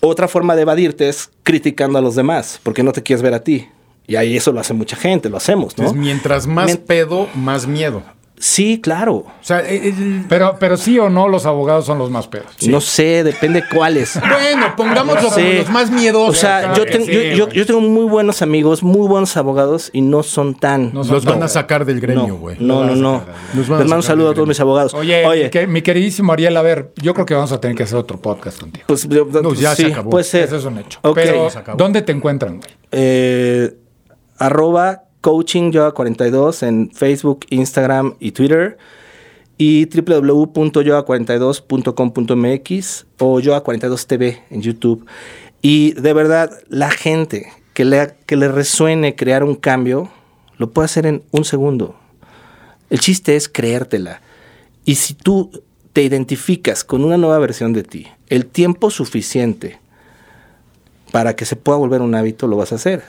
otra forma de evadirte es criticando a los demás, porque no te quieres ver a ti. Y ahí eso lo hace mucha gente, lo hacemos, ¿no? Entonces, mientras más Men- pedo, más miedo. Sí, claro. O sea, el- el- Pero, pero sí o no, los abogados son los más pedos. No sé, depende <laughs> cuáles. bueno, pongámoslo Sí. como los más miedosos. O sea, yo, que tengo- sí, yo- güey. yo- yo tengo muy buenos amigos, muy buenos abogados y no son tan. No son los tan- van a sacar del gremio, güey. No, no, no. Nos van a Les mando sacar un saludo del a todos mis abogados. Oye, que- mi queridísimo Ariel, a ver, yo creo que vamos a tener que hacer otro podcast contigo. pues yo- No, ya sí, se acabó. puede ser. Eso es un hecho. Ok. Pero, Se acabó. ¿dónde te encuentran, güey? Eh, arroba coaching 42 en Facebook, Instagram y Twitter. Y www.yoa42.com.mx o yoa42tv en YouTube. Y de verdad, la gente que le, que le resuene crear un cambio, lo puede hacer en un segundo. El chiste es creértela. Y si tú te identificas con una nueva versión de ti, el tiempo suficiente para que se pueda volver un hábito, lo vas a hacer.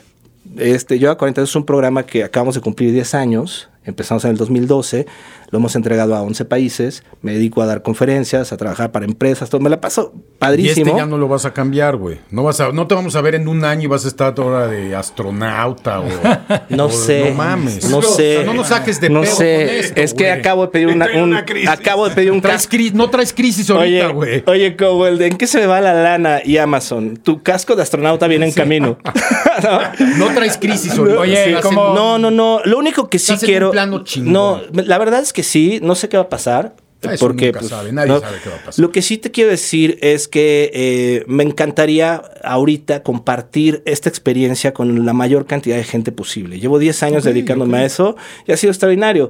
Este, Yo a 42 es un programa que acabamos de cumplir 10 años, empezamos en el 2012, lo hemos entregado a 11 países, me dedico a dar conferencias, a trabajar para empresas, todo, me la paso Y padrísimo. este ya no lo vas a cambiar, güey. No vas a, no te vamos a ver en un año y vas a estar ahora de astronauta o. <laughs> No o- sé. No mames. No O sé. sea, no nos saques de no pedo sé. con esto, es que güey. acabo de pedir una, Estoy en un- una crisis. acabo de pedir un Traes casco. cri- no traes crisis Oye, ahorita, güey. oye, Cowell, ¿en qué se me va la lana y Amazon? Tu casco de astronauta viene en <laughs> camino. <laughs> ¿No? No traes crisis ahorita. Oye, Estás ¿cómo? en- No, no, no. Lo único que sí Estás en quiero. un plano chingón. no, la verdad es que sí. No sé qué va a pasar. Ah, eso porque pues, nunca sabe, nadie no. sabe qué va a pasar. Lo que sí te quiero decir es que eh, me encantaría ahorita compartir esta experiencia con la mayor cantidad de gente posible. Llevo 10 años dedicándome a eso y ha sido extraordinario.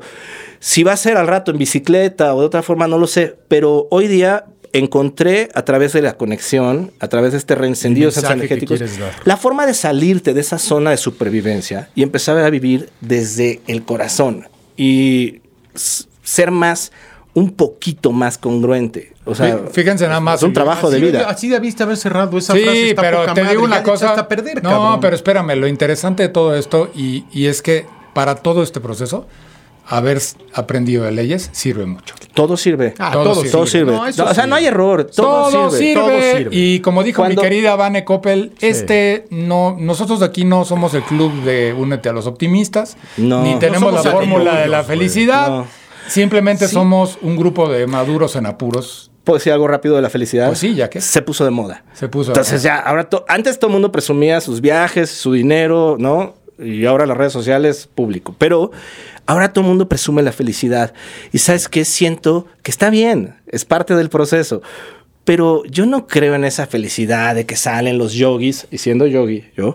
Si va a ser al rato en bicicleta o de otra forma, no lo sé. Pero hoy día encontré a través de la conexión, a través de este reencendido mensaje que energéticos, quieres dar. la forma de salirte de esa zona de supervivencia y empezar a vivir desde el corazón y s- ser más, un poquito más congruente. O sea, Fí- Fíjense nada más. es un trabajo de Así- vida. Así debiste haber cerrado esa frase. Sí, está pero poca te madre, digo ya una le echaste cosa. a perder, no, cabrón. pero espérame, lo interesante de todo esto y, y es que para todo este proceso, haber s- aprendido de leyes sirve mucho. Todo sirve. Ah, todo todo, sirve. sirve. todo sirve. No, eso No, o sea, no hay sirve. error. Todo, sirve. todo sirve. Y como dijo Cuando- mi querida Vane Coppel, este no, nosotros aquí no somos el club de Únete a los optimistas, No. ni No tenemos somos la fórmula de antiludios, la güey. felicidad. No. Simplemente somos un grupo de maduros en apuros. ¿Puedo decir algo rápido de la felicidad? Pues sí, ya que- Se puso de moda. Se puso de Entonces ya, ahora to- antes todo el mundo presumía sus viajes, su dinero, ¿no? Y ahora las redes sociales, público. Pero ahora todo el mundo presume la felicidad. Y sabes qué? Siento que está bien, es parte del proceso. Pero yo no creo en esa felicidad de que salen los yogis, y siendo yogi, yo,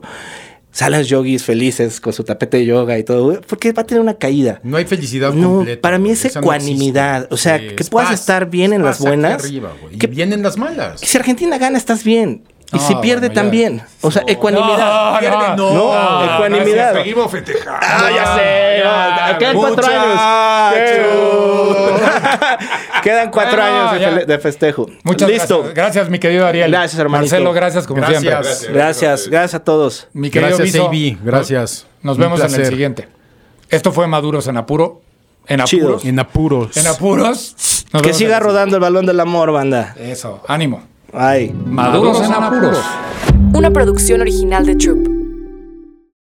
salen los yogis felices con su tapete de yoga y todo, güey, porque va a tener una caída. No hay felicidad No, completa, para mí güey. es Esa no existe. ecuanimidad. O sea, que es puedas paz. estar bien Es en las paz aquí buenas. arriba, güey. Que- Y bien en las Y malas. si Argentina gana, estás bien. Y No, si pierde, Ah, bueno, ya. Ah, también. O sea, ecuanimidad. No, no, No, no, no, ecuanimidad. Seguimos festejando. Ah, ya sé. ya, no, quedan cuatro años. <laughs> Quedan cuatro Bueno, años de, ya. fele- de festejo. Muchas Listo. gracias. Gracias, mi querido Ariel. Gracias, hermanito. Marcelo, gracias como Gracias. siempre. Gracias. Gracias, gracias a todos. Mi querido Gracias, Viso. AB. Gracias. Nos Un vemos en el placer. siguiente. Esto fue Maduros en Apuro. En Chido. Apuros. En apuros. En Apuros. Nos Que vemos siga en el- rodando el balón del amor, banda. Eso. Ánimo. Ay. Maduros, en apuros. Una producción original de Troop.